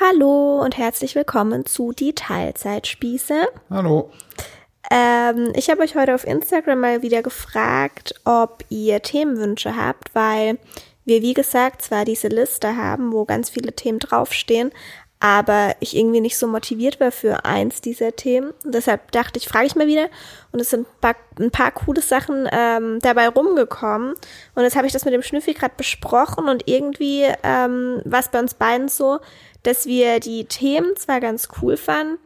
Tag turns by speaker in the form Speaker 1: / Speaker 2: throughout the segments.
Speaker 1: Hallo und herzlich willkommen zu Die Teilzeitspieße.
Speaker 2: Hallo.
Speaker 1: Ähm, ich habe euch heute auf Instagram mal wieder gefragt, ob ihr Themenwünsche habt, weil wir, wie gesagt, zwar diese Liste haben, wo ganz viele Themen draufstehen, aber ich irgendwie nicht so motiviert war für eins dieser Themen. Und deshalb dachte ich, frage ich mal wieder. Und es sind ein paar, ein paar coole Sachen ähm, dabei rumgekommen. Und jetzt habe ich das mit dem Schnüffi gerade besprochen und irgendwie ähm, war es bei uns beiden so, dass wir die Themen zwar ganz cool fanden,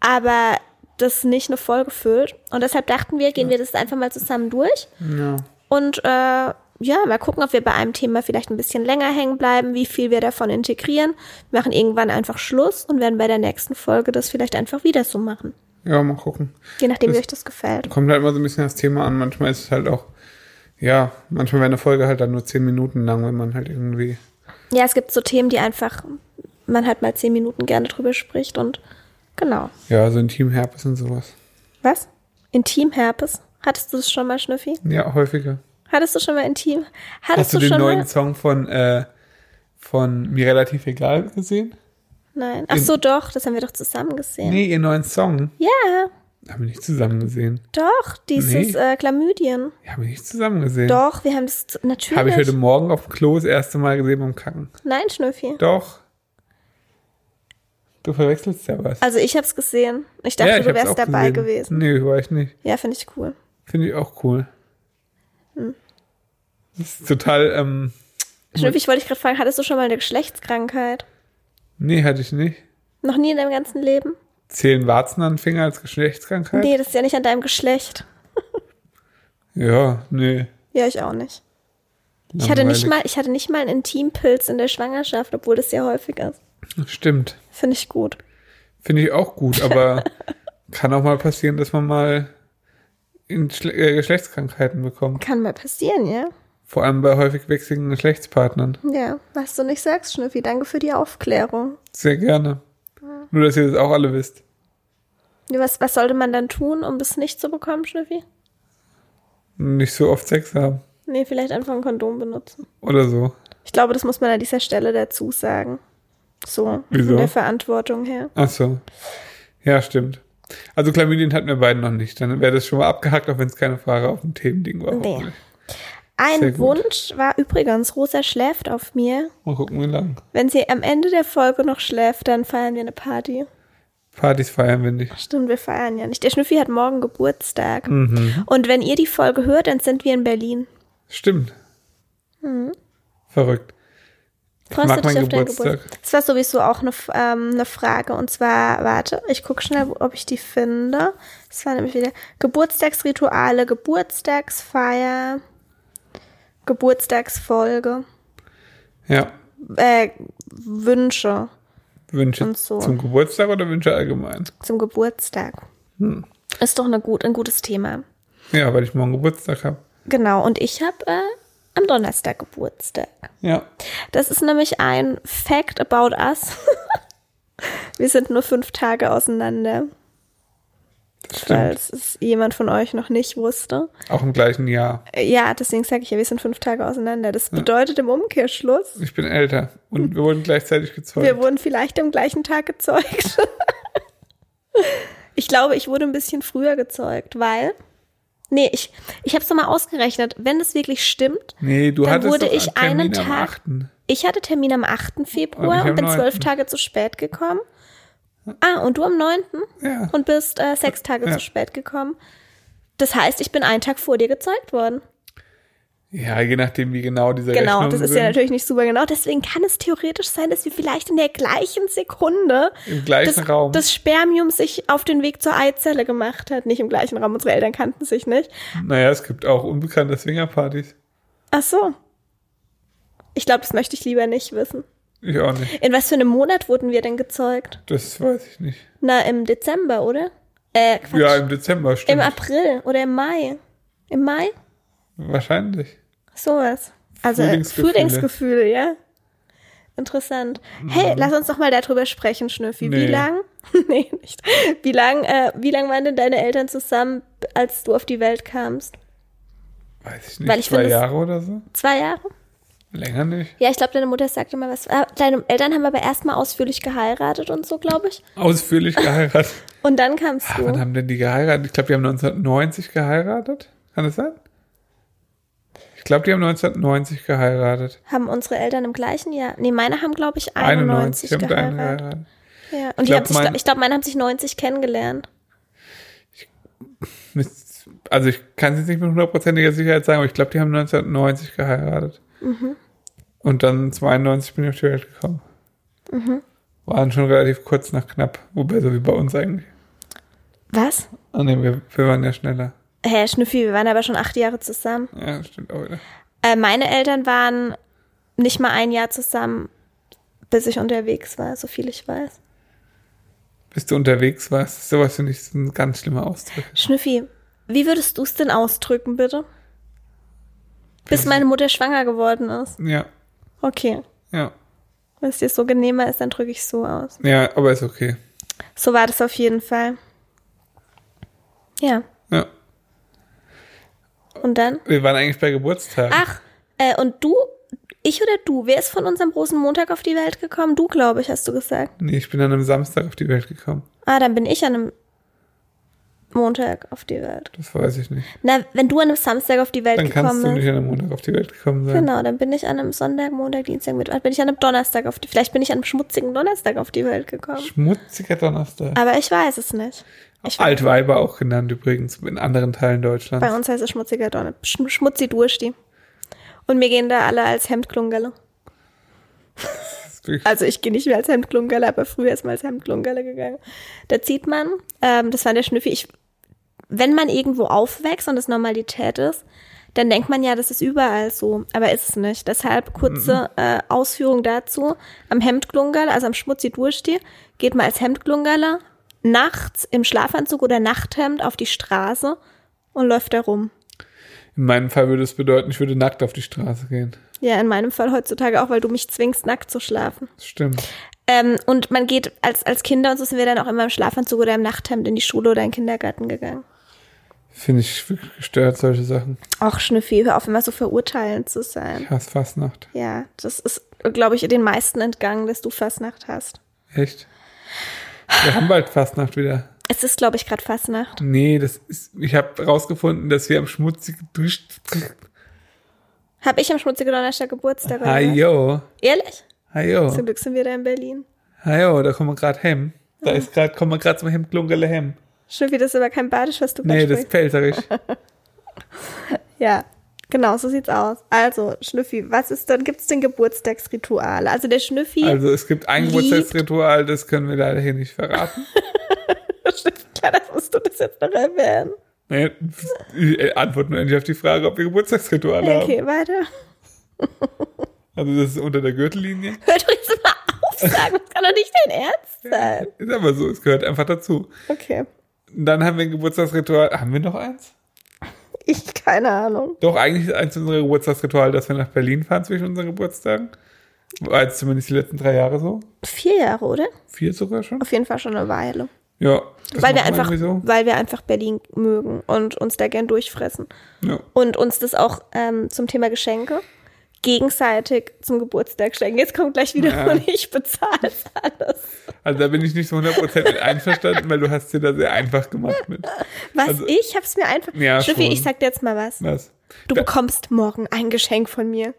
Speaker 1: aber das nicht eine Folge füllt. Und deshalb dachten wir, gehen wir das einfach mal zusammen durch.
Speaker 2: Ja.
Speaker 1: Und äh, ja, mal gucken, ob wir bei einem Thema vielleicht ein bisschen länger hängen bleiben, wie viel wir davon integrieren. Wir machen irgendwann einfach Schluss und werden bei der nächsten Folge das vielleicht einfach wieder so machen.
Speaker 2: Ja, mal gucken.
Speaker 1: Je nachdem, wie
Speaker 2: Das-
Speaker 1: euch das gefällt.
Speaker 2: Kommt halt immer so ein bisschen das Thema an. Manchmal ist es halt auch, ja, manchmal wäre eine Folge halt dann nur zehn Minuten lang, wenn man halt irgendwie.
Speaker 1: Ja, es gibt so Themen, die einfach man halt mal zehn Minuten gerne drüber spricht und genau.
Speaker 2: Ja, so ein Teamherb ist und sowas.
Speaker 1: Was? Intimherpes? Hattest du es schon mal, Schnüffi?
Speaker 2: Ja, häufiger.
Speaker 1: Hattest du schon mal Intim?
Speaker 2: Hast
Speaker 1: Hattest
Speaker 2: du den
Speaker 1: schon
Speaker 2: neuen
Speaker 1: mal?
Speaker 2: Song von, äh, von Mir relativ egal gesehen?
Speaker 1: Nein. Ach so, doch, das haben wir doch zusammen gesehen.
Speaker 2: Nee, ihren neuen Song.
Speaker 1: Ja,
Speaker 2: Haben wir nicht zusammen gesehen.
Speaker 1: doch, dieses
Speaker 2: Nee.
Speaker 1: äh, Chlamydien.
Speaker 2: Ja, haben wir nicht zusammen gesehen.
Speaker 1: Doch, wir haben es zu- natürlich.
Speaker 2: Habe ich heute Morgen auf dem Klo das erste Mal gesehen beim Kacken.
Speaker 1: Nein, Schnüffi.
Speaker 2: Doch. Du verwechselst ja was.
Speaker 1: Also ich habe es gesehen. Ich dachte,
Speaker 2: ja, ich
Speaker 1: du
Speaker 2: hab's
Speaker 1: wärst
Speaker 2: auch
Speaker 1: dabei
Speaker 2: gesehen.
Speaker 1: gewesen.
Speaker 2: Nee, war ich nicht.
Speaker 1: Ja, finde ich cool.
Speaker 2: Finde ich auch cool.
Speaker 1: Hm.
Speaker 2: Das ist total, ähm,
Speaker 1: Schnüffi, ich wollte dich gerade fragen, hattest du schon mal eine Geschlechtskrankheit?
Speaker 2: nee, hatte ich nicht.
Speaker 1: Noch nie in deinem ganzen Leben?
Speaker 2: Zählen Warzen an den Finger als Geschlechtskrankheit?
Speaker 1: Nee, das ist ja nicht an deinem Geschlecht.
Speaker 2: Ja, nee.
Speaker 1: Ja, ich auch nicht. Ich hatte nicht, mal,
Speaker 2: Langweilig.
Speaker 1: ich hatte nicht mal einen Intimpilz in der Schwangerschaft, obwohl das sehr häufig ist.
Speaker 2: Stimmt.
Speaker 1: Finde ich gut.
Speaker 2: Finde ich auch gut, aber kann auch mal passieren, dass man mal in Schle äh, Geschlechtskrankheiten bekommt.
Speaker 1: Kann mal passieren, ja?
Speaker 2: Vor allem bei häufig wechselnden Geschlechtspartnern.
Speaker 1: Ja, was du nicht sagst, Schnüffi. Danke für die Aufklärung.
Speaker 2: Sehr gerne.
Speaker 1: Hm.
Speaker 2: Nur, dass ihr das auch alle wisst.
Speaker 1: Ja, Was, was sollte man dann tun, um das nicht zu bekommen, Schnüffi?
Speaker 2: Nicht so oft Sex haben.
Speaker 1: Nee, vielleicht einfach ein Kondom benutzen.
Speaker 2: Oder so.
Speaker 1: Ich glaube, das muss man an dieser Stelle dazu sagen. So,
Speaker 2: Wieso?
Speaker 1: von der Verantwortung her.
Speaker 2: Ach so. Ja, stimmt. Also Chlamydien hatten wir beiden noch nicht. Dann wäre das schon mal abgehakt, auch wenn es keine Frage auf dem Themending war.
Speaker 1: Nee.
Speaker 2: Nee. Sehr
Speaker 1: Ein
Speaker 2: gut.
Speaker 1: Wunsch war übrigens, Rosa schläft auf mir.
Speaker 2: Mal gucken, wie lang.
Speaker 1: Wenn sie am Ende der Folge noch schläft, dann feiern wir eine Party.
Speaker 2: Partys feiern wir nicht.
Speaker 1: Stimmt, wir feiern ja nicht. Der Schnüffi hat morgen Geburtstag.
Speaker 2: Mhm.
Speaker 1: Und wenn ihr die Folge hört, dann sind wir in Berlin.
Speaker 2: Stimmt.
Speaker 1: Mhm.
Speaker 2: Verrückt.
Speaker 1: Freust
Speaker 2: mag
Speaker 1: du dich
Speaker 2: meinen
Speaker 1: auf deinen
Speaker 2: Geburtstag.
Speaker 1: Geburtstag? Das war sowieso auch eine, F- ähm, eine Frage. Und zwar, warte, ich gucke schnell, wo- ob ich die finde. Das war nämlich wieder Geburtstagsrituale, Geburtstagsfeier, Geburtstagsfolge,
Speaker 2: Ja.
Speaker 1: äh, Wünsche.
Speaker 2: Wünsche
Speaker 1: Und so.
Speaker 2: zum Geburtstag oder Wünsche allgemein?
Speaker 1: zum Geburtstag.
Speaker 2: Hm.
Speaker 1: Ist doch eine gut, ein gutes Thema.
Speaker 2: Ja, weil ich morgen Geburtstag habe.
Speaker 1: Genau, und ich habe äh, am Donnerstag Geburtstag.
Speaker 2: Ja.
Speaker 1: Das ist nämlich ein Fact about us. Wir sind nur fünf Tage auseinander,
Speaker 2: Stimmt.
Speaker 1: falls es jemand von euch noch nicht wusste.
Speaker 2: Auch im gleichen Jahr.
Speaker 1: Äh, Ja, deswegen sage ich ja, wir sind fünf Tage auseinander. Das bedeutet im Umkehrschluss,
Speaker 2: Ich bin älter. Und wir wurden gleichzeitig gezeugt.
Speaker 1: Hm. wir wurden vielleicht am gleichen Tag gezeugt. ich glaube, ich wurde ein bisschen früher gezeugt, weil. Nee, ich, ich habe es mal ausgerechnet. Wenn es wirklich stimmt,
Speaker 2: nee, du
Speaker 1: Dann
Speaker 2: hattest
Speaker 1: wurde
Speaker 2: doch
Speaker 1: ich
Speaker 2: Termin
Speaker 1: einen
Speaker 2: am
Speaker 1: Tag-
Speaker 2: 8.
Speaker 1: Ich hatte Termin am 8.
Speaker 2: Und ich
Speaker 1: Februar
Speaker 2: am
Speaker 1: und bin
Speaker 2: 9..
Speaker 1: zwölf Tage zu spät gekommen. Ah, und du am 9.
Speaker 2: Ja.
Speaker 1: und bist äh, sechs Tage
Speaker 2: Ja.
Speaker 1: zu spät gekommen. Das heißt, ich bin einen Tag vor dir gezeugt worden.
Speaker 2: Ja, je nachdem, wie genau diese
Speaker 1: Genau,
Speaker 2: Rechnungen
Speaker 1: das ist
Speaker 2: sind.
Speaker 1: ja natürlich nicht super genau. Deswegen kann es theoretisch sein, dass wir vielleicht in der gleichen Sekunde
Speaker 2: Im gleichen
Speaker 1: das,
Speaker 2: Raum.
Speaker 1: das Spermium sich auf den Weg zur Eizelle gemacht hat. Nicht im gleichen Raum, unsere Eltern kannten sich nicht.
Speaker 2: Naja, es gibt auch unbekannte Swingerpartys.
Speaker 1: Ach so. Ich glaube, das möchte ich lieber nicht wissen.
Speaker 2: Ich auch nicht.
Speaker 1: In was für einem Monat wurden wir denn gezeugt?
Speaker 2: Das weiß ich nicht.
Speaker 1: Na, im Dezember, oder? Äh, Quatsch.
Speaker 2: Ja, im Dezember
Speaker 1: Im
Speaker 2: stimmt.
Speaker 1: April oder im Mai. Im Mai?
Speaker 2: Wahrscheinlich.
Speaker 1: Sowas. Also äh,
Speaker 2: Frühlingsgefühle.
Speaker 1: Frühlingsgefühle, ja. Interessant. Hey, lass uns doch mal darüber sprechen, Schnüffi. Wie
Speaker 2: Mhm. Nee.
Speaker 1: lang? nee, nicht. Wie lang, äh, wie lang waren denn deine Eltern zusammen, als du auf die Welt kamst?
Speaker 2: Weiß ich nicht.
Speaker 1: Weil ich
Speaker 2: zwei
Speaker 1: finde, es-
Speaker 2: Jahre oder so?
Speaker 1: Zwei Jahre?
Speaker 2: Länger nicht.
Speaker 1: Ja, ich glaube, deine Mutter sagte mal was. äh, Deine Eltern haben aber erstmal ausführlich geheiratet und so, glaube ich.
Speaker 2: Ausführlich geheiratet.
Speaker 1: Und dann kamst
Speaker 2: Ach, Ah, wann
Speaker 1: du.
Speaker 2: haben denn die geheiratet? Ich glaube, die haben 1990 geheiratet. Kann das sein? Ich glaube, die haben 1990 geheiratet.
Speaker 1: Haben unsere Eltern im gleichen Jahr. Nee, meine haben, glaube ich, 91
Speaker 2: 91, haben mit einem
Speaker 1: geheiratet.
Speaker 2: geheiratet.
Speaker 1: Ja. Und
Speaker 2: Ich
Speaker 1: die
Speaker 2: glaub,
Speaker 1: haben sich,
Speaker 2: mein-
Speaker 1: ich glaube, meine haben sich 90 kennengelernt.
Speaker 2: Mist. Also ich kann es jetzt nicht mit hundertprozentiger Sicherheit sagen, aber ich glaube, die haben 1990 geheiratet.
Speaker 1: Mhm.
Speaker 2: Und dann 92 bin ich auf die Welt gekommen.
Speaker 1: Mhm.
Speaker 2: Waren schon relativ kurz nach knapp. Wobei, so wie bei uns eigentlich.
Speaker 1: Was?
Speaker 2: Ah ne, wir, wir waren ja schneller.
Speaker 1: Hä, Schnüffi, wir waren aber schon acht Jahre zusammen.
Speaker 2: Ja, stimmt auch wieder.
Speaker 1: Äh, meine Eltern waren nicht mal ein Jahr zusammen, bis ich unterwegs war, so viel ich weiß.
Speaker 2: Bis du unterwegs warst, sowas finde ich ein ganz schlimmer Ausdruck.
Speaker 1: Schnüffi, wie würdest du es denn ausdrücken, bitte? Bis meine Mutter schwanger geworden ist.
Speaker 2: Ja,
Speaker 1: Okay.
Speaker 2: ja.
Speaker 1: Wenn es dir so genehmer ist, dann drücke ich so aus.
Speaker 2: Ja, aber ist okay.
Speaker 1: So war das auf jeden Fall. Ja.
Speaker 2: Ja.
Speaker 1: Und dann?
Speaker 2: Wir waren eigentlich bei Geburtstagen.
Speaker 1: Ach, äh, und du, ich oder du, wer ist von uns am großen Montag auf die Welt gekommen? Du, glaube ich, hast du gesagt.
Speaker 2: Nee, ich bin an einem Samstag auf die Welt gekommen.
Speaker 1: Ah, dann bin ich an einem Montag auf die Welt.
Speaker 2: Das weiß ich nicht.
Speaker 1: Na, wenn du an einem Samstag auf die Welt
Speaker 2: Dann kannst
Speaker 1: gekommen
Speaker 2: du nicht
Speaker 1: bist.
Speaker 2: an einem Montag auf die Welt gekommen sein.
Speaker 1: Genau, dann bin ich an einem Sonntag, Montag, Dienstag, Mittwoch, bin ich an einem Donnerstag auf die, vielleicht bin ich an einem schmutzigen Donnerstag auf die Welt gekommen.
Speaker 2: Schmutziger Donnerstag.
Speaker 1: Aber ich weiß es nicht. Ich weiß,
Speaker 2: Altweiber auch genannt übrigens in anderen Teilen Deutschlands.
Speaker 1: bei uns heißt es schmutziger Donner, Sch schmutzi Dursti. Und mir gehen da alle als Hemdklungerle.
Speaker 2: Das ist wirklich-
Speaker 1: Also ich gehe nicht mehr als Hemdklungerle, aber früher ist mal als Hemdklungerle gegangen. Da zieht man, ähm, das war der Schnüffi, ich, wenn man irgendwo aufwächst und es Normalität ist, dann denkt man ja, das ist überall so, aber ist es nicht. Deshalb kurze äh, Ausführung dazu. Am Hemdklungerle, also am schmutzi Dursti, geht man als Hemdklungerle nachts im Schlafanzug oder Nachthemd auf die Straße und läuft da rum.
Speaker 2: In meinem Fall würde es bedeuten, ich würde nackt auf die Straße gehen.
Speaker 1: Ja, in meinem Fall heutzutage auch, weil du mich zwingst, nackt zu schlafen.
Speaker 2: Das stimmt.
Speaker 1: Ähm, und man geht als, als Kinder und so sind wir dann auch immer im Schlafanzug oder im Nachthemd in die Schule oder in den Kindergarten gegangen.
Speaker 2: Finde ich wirklich gestört, solche Sachen.
Speaker 1: Och, Schnüffi, hör auf, immer so verurteilend zu sein.
Speaker 2: Ich hasse Fastnacht.
Speaker 1: Ja, das ist, glaube ich, den meisten entgangen, dass du Fastnacht hast.
Speaker 2: Echt? Wir haben bald Fastnacht wieder.
Speaker 1: Es ist, glaube ich, gerade Fastnacht.
Speaker 2: Nee, das ist. Ich habe rausgefunden, dass wir am schmutzigen durch.
Speaker 1: Hab ich am schmutzigen Donnerstag Geburtstag? oder was?
Speaker 2: Hajo.
Speaker 1: Ehrlich? Zum
Speaker 2: Hajo.
Speaker 1: Glück sind wir da in Berlin.
Speaker 2: Hajo, da kommen wir gerade hem. Da ist grad, kommen wir gerade zum Hemdklungerle hem.
Speaker 1: Schnüffi, das ist aber kein Badisch, was du
Speaker 2: Nee,
Speaker 1: gerade
Speaker 2: das ist
Speaker 1: sprichst.
Speaker 2: pälterisch.
Speaker 1: Ja, genau, so sieht's aus. Also, Schnüffi, was ist dann, gibt's denn Geburtstagsrituale? Also der Schnüffi,
Speaker 2: Also es gibt ein
Speaker 1: Liebt.
Speaker 2: Geburtstagsritual, das können wir leider hier nicht verraten. Also
Speaker 1: klar, das musst du das jetzt noch erwähnen.
Speaker 2: Naja, ich antworte nur endlich auf die Frage, ob wir Geburtstagsrituale haben.
Speaker 1: Okay, weiter.
Speaker 2: Also das ist unter der Gürtellinie.
Speaker 1: Hör doch jetzt mal auf, sagen. Das kann doch nicht dein Ernst sein.
Speaker 2: Ist aber so, es gehört einfach dazu.
Speaker 1: Okay.
Speaker 2: Dann haben wir ein Geburtstagsritual. Haben wir noch eins?
Speaker 1: Ich, keine Ahnung.
Speaker 2: Doch, eigentlich ist eins unserer Geburtstagsrituale, dass wir nach Berlin fahren zwischen unseren Geburtstagen. War jetzt zumindest die letzten drei Jahre so.
Speaker 1: Vier Jahre, oder?
Speaker 2: Vier sogar schon.
Speaker 1: Auf jeden Fall schon eine Weile.
Speaker 2: Ja. das
Speaker 1: Weil wir,
Speaker 2: macht man
Speaker 1: einfach,
Speaker 2: irgendwie So.
Speaker 1: weil wir einfach Berlin mögen und uns da gern durchfressen.
Speaker 2: Ja.
Speaker 1: Und uns das auch ähm, zum Thema Geschenke gegenseitig zum Geburtstag schenken. Jetzt kommt gleich wieder
Speaker 2: Ja.
Speaker 1: und ich bezahle alles.
Speaker 2: Also da bin ich nicht so 100% mit einverstanden, weil du hast dir da sehr einfach gemacht mit.
Speaker 1: Was
Speaker 2: Also-
Speaker 1: ich hab's mir einfach.
Speaker 2: Ja,
Speaker 1: Schiffi,
Speaker 2: schon.
Speaker 1: ich sag dir jetzt mal was.
Speaker 2: Was?
Speaker 1: Du
Speaker 2: Da-
Speaker 1: bekommst morgen ein Geschenk von mir.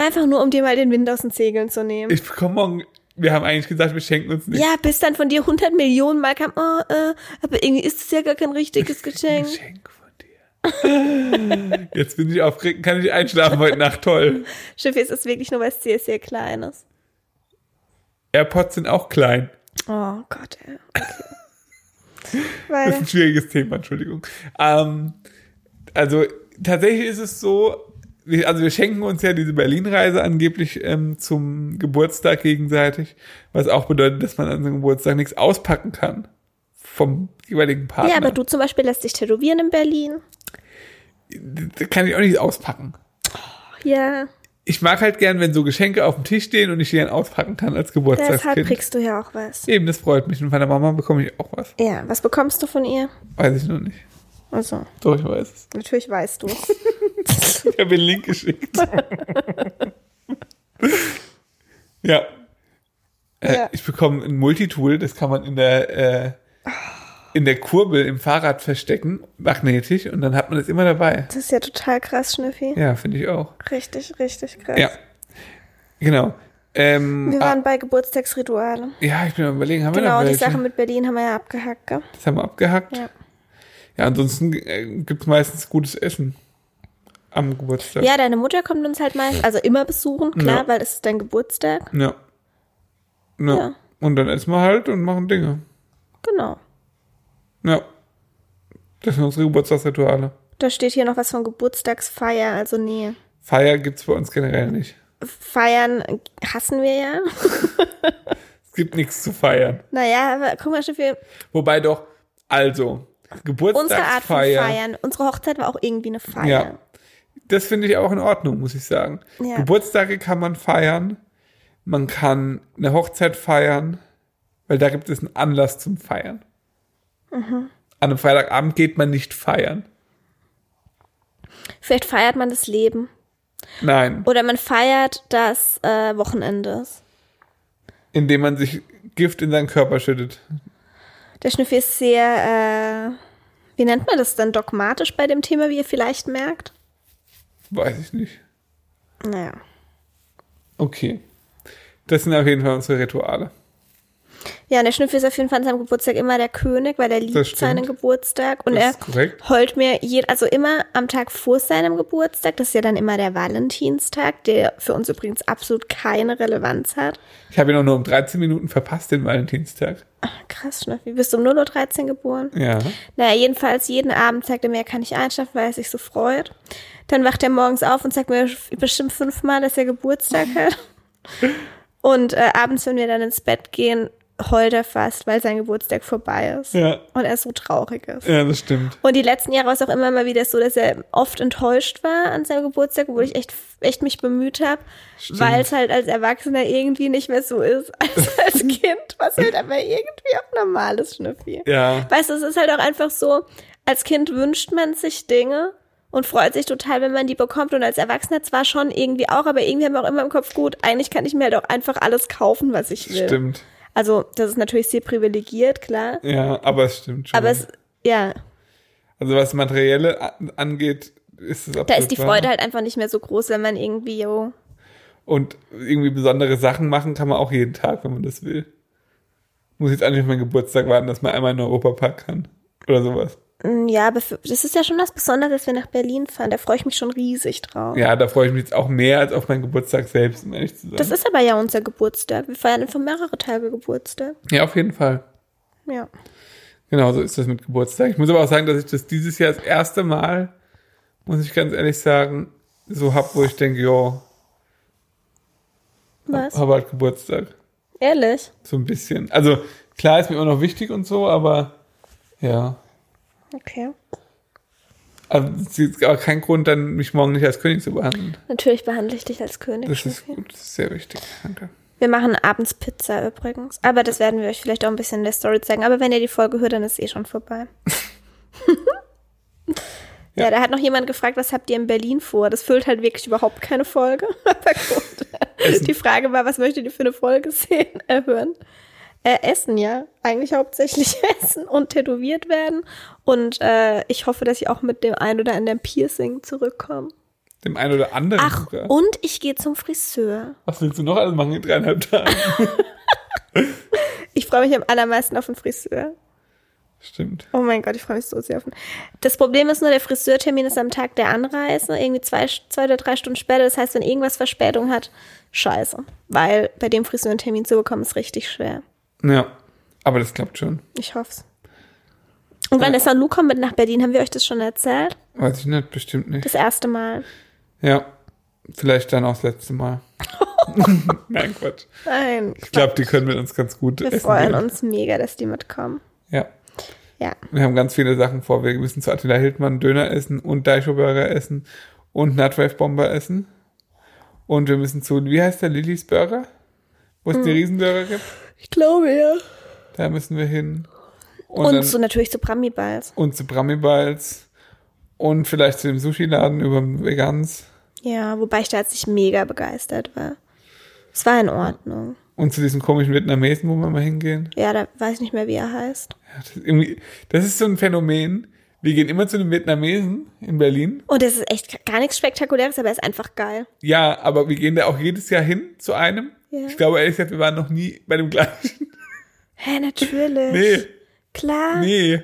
Speaker 1: Einfach nur, um dir mal den Wind aus den Segeln zu nehmen.
Speaker 2: Ich bekomme morgen, wir haben eigentlich gesagt, wir schenken uns nichts.
Speaker 1: ja, bis dann von dir 100 Millionen Mal kam, oh, äh, aber irgendwie ist es ja gar kein richtiges Geschenk.
Speaker 2: Geschenk von dir. Jetzt bin ich aufgeregt, kann ich einschlafen heute Nacht. Toll.
Speaker 1: Schiffi, es ist wirklich nur, weil es sehr, sehr klein ist.
Speaker 2: AirPods sind auch klein.
Speaker 1: Oh Gott, ey. Okay.
Speaker 2: Das ist
Speaker 1: Weiter.
Speaker 2: ein schwieriges Thema, Entschuldigung. Ähm, also tatsächlich ist es so, wir, also wir schenken uns ja diese Berlin-Reise angeblich ähm, zum Geburtstag gegenseitig, was auch bedeutet, dass man an seinem Geburtstag nichts auspacken kann vom jeweiligen Partner.
Speaker 1: Ja, aber du zum Beispiel lässt dich tätowieren in Berlin.
Speaker 2: Das kann ich auch nicht auspacken.
Speaker 1: Ja,
Speaker 2: Ich mag halt gern, wenn so Geschenke auf dem Tisch stehen und ich die dann auspacken kann als
Speaker 1: deshalb
Speaker 2: Geburtstagskind.
Speaker 1: kriegst du ja auch was.
Speaker 2: Eben, das freut mich. Und von der Mama bekomme ich auch was.
Speaker 1: Ja, was bekommst du von ihr?
Speaker 2: Weiß ich noch nicht.
Speaker 1: Also,
Speaker 2: Doch, ich weiß es.
Speaker 1: natürlich weißt du.
Speaker 2: Ich habe den Link geschickt. ja. Äh,
Speaker 1: Ja.
Speaker 2: Ich bekomme ein Multitool, das kann man in der, äh, in der Kurbel im Fahrrad verstecken, magnetisch, und dann hat man das immer dabei.
Speaker 1: Das ist ja total krass, Schnüffi.
Speaker 2: Ja, finde ich auch.
Speaker 1: Richtig, richtig krass.
Speaker 2: Ja. Genau. Ähm,
Speaker 1: Wir waren bei Geburtstagsrituale.
Speaker 2: ah, ja, ich bin am überlegen, haben wir
Speaker 1: Genau,
Speaker 2: noch
Speaker 1: die
Speaker 2: welche?
Speaker 1: Sache mit Berlin haben wir ja abgehackt, gell?
Speaker 2: das haben wir abgehackt. Ja,
Speaker 1: Ja.
Speaker 2: ansonsten äh, gibt es meistens gutes Essen am Geburtstag.
Speaker 1: Ja, deine Mutter kommt uns halt meist, also immer besuchen, klar,
Speaker 2: Ja.
Speaker 1: weil es ist dein Geburtstag.
Speaker 2: Ja. ja.
Speaker 1: Ja.
Speaker 2: Und dann essen wir halt und machen Dinge.
Speaker 1: Genau.
Speaker 2: Ja. Das sind unsere Geburtstagsrituale.
Speaker 1: Da steht hier noch was von Geburtstagsfeier, also nee.
Speaker 2: Feier gibt's bei uns generell nicht.
Speaker 1: Feiern hassen wir ja.
Speaker 2: Es gibt nichts zu feiern.
Speaker 1: Naja, aber guck mal, Schnüffi,
Speaker 2: Wobei doch, also,
Speaker 1: unsere Art von
Speaker 2: Geburtstagsfeier.
Speaker 1: Feiern. Unsere Hochzeit war auch irgendwie eine Feier.
Speaker 2: Ja. Das finde ich auch in Ordnung, muss ich sagen.
Speaker 1: Ja.
Speaker 2: Geburtstage kann man feiern. Man kann eine Hochzeit feiern, weil da gibt es einen Anlass zum Feiern.
Speaker 1: Mhm.
Speaker 2: An einem Freitagabend geht man nicht feiern.
Speaker 1: Vielleicht feiert man das Leben.
Speaker 2: Nein,
Speaker 1: Oder man feiert das äh, Wochenende.
Speaker 2: indem man sich Gift in seinen Körper schüttet.
Speaker 1: Der Schnüffi ist sehr, äh, wie nennt man das denn, dogmatisch bei dem Thema, wie ihr vielleicht merkt?
Speaker 2: Weiß ich nicht.
Speaker 1: Naja.
Speaker 2: Okay. Das sind auf jeden Fall unsere Rituale.
Speaker 1: Ja, und der Schnüffel ist auf jeden Fall an seinem Geburtstag immer der König, weil er
Speaker 2: Das
Speaker 1: liebt
Speaker 2: stimmt.
Speaker 1: seinen Geburtstag und
Speaker 2: Das
Speaker 1: er
Speaker 2: ist korrekt.
Speaker 1: heult mir jed also immer am Tag vor seinem Geburtstag, das ist ja dann immer der Valentinstag, der für uns übrigens absolut keine Relevanz hat.
Speaker 2: Ich habe ihn auch nur um 13 Minuten verpasst, den Valentinstag.
Speaker 1: Ach, Ah, krass, Schnüffel, bist du um 0.13 Uhr geboren?
Speaker 2: Ja.
Speaker 1: Naja, jedenfalls jeden Abend sagt er mir, er kann nicht einschlafen, weil er sich so freut. Dann wacht er morgens auf und sagt mir bestimmt fünfmal, dass er Geburtstag hat. Und äh, abends, wenn wir dann ins Bett gehen, heult er fast, weil sein Geburtstag vorbei ist.
Speaker 2: Ja,
Speaker 1: Und er so traurig ist.
Speaker 2: ja das stimmt.
Speaker 1: Und die letzten Jahre war es auch immer mal wieder so, dass er oft enttäuscht war an seinem Geburtstag, obwohl ich echt, echt mich bemüht habe,
Speaker 2: Stimmt.
Speaker 1: weil es halt als Erwachsener irgendwie nicht mehr so ist als als Kind, was halt aber irgendwie auch normal ist, Schnüffi.
Speaker 2: Ja.
Speaker 1: Weißt du, es ist halt auch einfach so, als Kind wünscht man sich Dinge und freut sich total, wenn man die bekommt. Und als Erwachsener zwar schon irgendwie auch, aber irgendwie haben wir auch immer im Kopf, gut, eigentlich kann ich mir halt auch einfach alles kaufen, was ich will.
Speaker 2: Stimmt.
Speaker 1: Also, das ist natürlich sehr privilegiert, klar.
Speaker 2: Ja, aber es stimmt schon.
Speaker 1: Aber es, ja,
Speaker 2: also was Materielle a- angeht, ist es absolut
Speaker 1: da ist die
Speaker 2: wahr.
Speaker 1: Freude halt einfach nicht mehr so groß, wenn man irgendwie, jo,
Speaker 2: Und irgendwie besondere Sachen machen kann man auch jeden Tag, wenn man das will. Muss jetzt eigentlich auf meinen Geburtstag warten, dass man einmal in den Europapark kann. Oder sowas.
Speaker 1: mm, ja, aber für, das ist ja schon was Besonderes, dass wir nach Berlin fahren. Da freue ich mich schon riesig drauf.
Speaker 2: Ja, da freue ich mich jetzt auch mehr als auf meinen Geburtstag selbst, um ehrlich zu sein.
Speaker 1: Das ist aber ja unser Geburtstag. Wir feiern einfach mehrere Tage Geburtstag.
Speaker 2: ja, auf jeden Fall.
Speaker 1: Ja.
Speaker 2: Genau, so ist das mit Geburtstag. Ich muss aber auch sagen, dass ich das dieses Jahr das erste Mal, muss ich ganz ehrlich sagen, so hab, wo ich denke, jo,
Speaker 1: Was?
Speaker 2: hab halt Geburtstag.
Speaker 1: Ehrlich?
Speaker 2: So ein bisschen. Also klar ist mir immer noch wichtig und so, aber ja.
Speaker 1: Okay.
Speaker 2: Also, es ist aber kein Grund, dann mich morgen nicht als König zu behandeln.
Speaker 1: Natürlich behandle ich dich als König.
Speaker 2: Das ist
Speaker 1: Schnüffi.
Speaker 2: gut, das ist sehr wichtig. Danke.
Speaker 1: Wir machen abends Pizza übrigens. Aber das werden wir euch vielleicht auch ein bisschen in der Story zeigen. Aber wenn ihr die Folge hört, dann ist eh schon vorbei. ja. da hat noch jemand gefragt, was habt ihr in Berlin vor? Das füllt halt wirklich überhaupt keine Folge. Aber gut. Die Frage war, was möchtet ihr für eine Folge sehen, äh, hören? Äh, essen, ja. Eigentlich hauptsächlich essen und tätowiert werden. Und äh, ich hoffe, dass ich auch mit dem ein oder anderen Piercing zurückkomme.
Speaker 2: Dem einen oder anderen.
Speaker 1: Ach,
Speaker 2: sogar.
Speaker 1: und ich gehe zum Friseur.
Speaker 2: Was willst du noch alles machen in dreieinhalb Tagen?
Speaker 1: Ich freue mich am allermeisten auf den Friseur.
Speaker 2: Stimmt.
Speaker 1: Oh mein Gott, ich freue mich so sehr auf den. Das Problem ist nur, der Friseurtermin ist am Tag der Anreise, irgendwie zwei, zwei oder drei Stunden später. Das heißt, wenn irgendwas Verspätung hat, scheiße. Weil bei dem Friseur einen Termin zu bekommen, ist richtig schwer.
Speaker 2: Ja, aber das klappt schon.
Speaker 1: Ich hoff's. Und Vanessa und Lou kommen mit nach Berlin. Haben wir euch das schon erzählt?
Speaker 2: Weiß ich nicht, bestimmt nicht.
Speaker 1: Das erste Mal.
Speaker 2: Ja, vielleicht dann auch das letzte Mal. Nein, Quatsch.
Speaker 1: Nein,
Speaker 2: Ich glaube, die können mit uns ganz gut
Speaker 1: wir
Speaker 2: essen
Speaker 1: freuen
Speaker 2: gehen.
Speaker 1: uns mega, dass die mitkommen.
Speaker 2: Ja,
Speaker 1: Ja,
Speaker 2: wir haben ganz viele Sachen vor. Wir müssen zu Attila Hildmann Döner essen und Daisho Burger essen und Nutwave Bomber essen. Und wir müssen zu, wie heißt der, Lillys Burger? Wo es
Speaker 1: Hm.
Speaker 2: die Riesenburger gibt.
Speaker 1: ich glaube ja.
Speaker 2: Da müssen wir hin. Und,
Speaker 1: Und,
Speaker 2: dann,
Speaker 1: so natürlich zu Bramiballs.
Speaker 2: und zu Bramiballs. Und vielleicht zu dem Sushi-Laden über Veganz.
Speaker 1: Ja, wobei ich da jetzt nicht mega begeistert war. Es war in Ordnung.
Speaker 2: Und zu diesem komischen Vietnamesen, wo wir mal hingehen.
Speaker 1: Ja, da weiß ich nicht mehr, wie er heißt.
Speaker 2: Ja, Das ist, irgendwie, das ist so ein Phänomen. Wir gehen immer zu einem Vietnamesen in Berlin.
Speaker 1: Und es ist echt gar nichts Spektakuläres, aber er ist einfach geil.
Speaker 2: Ja, aber wir gehen da auch jedes Jahr hin zu einem.
Speaker 1: Ja.
Speaker 2: Ich glaube ehrlich gesagt, wir waren noch nie bei dem gleichen.
Speaker 1: Hä, natürlich.
Speaker 2: Nee.
Speaker 1: Klar.
Speaker 2: Nee, Mhm.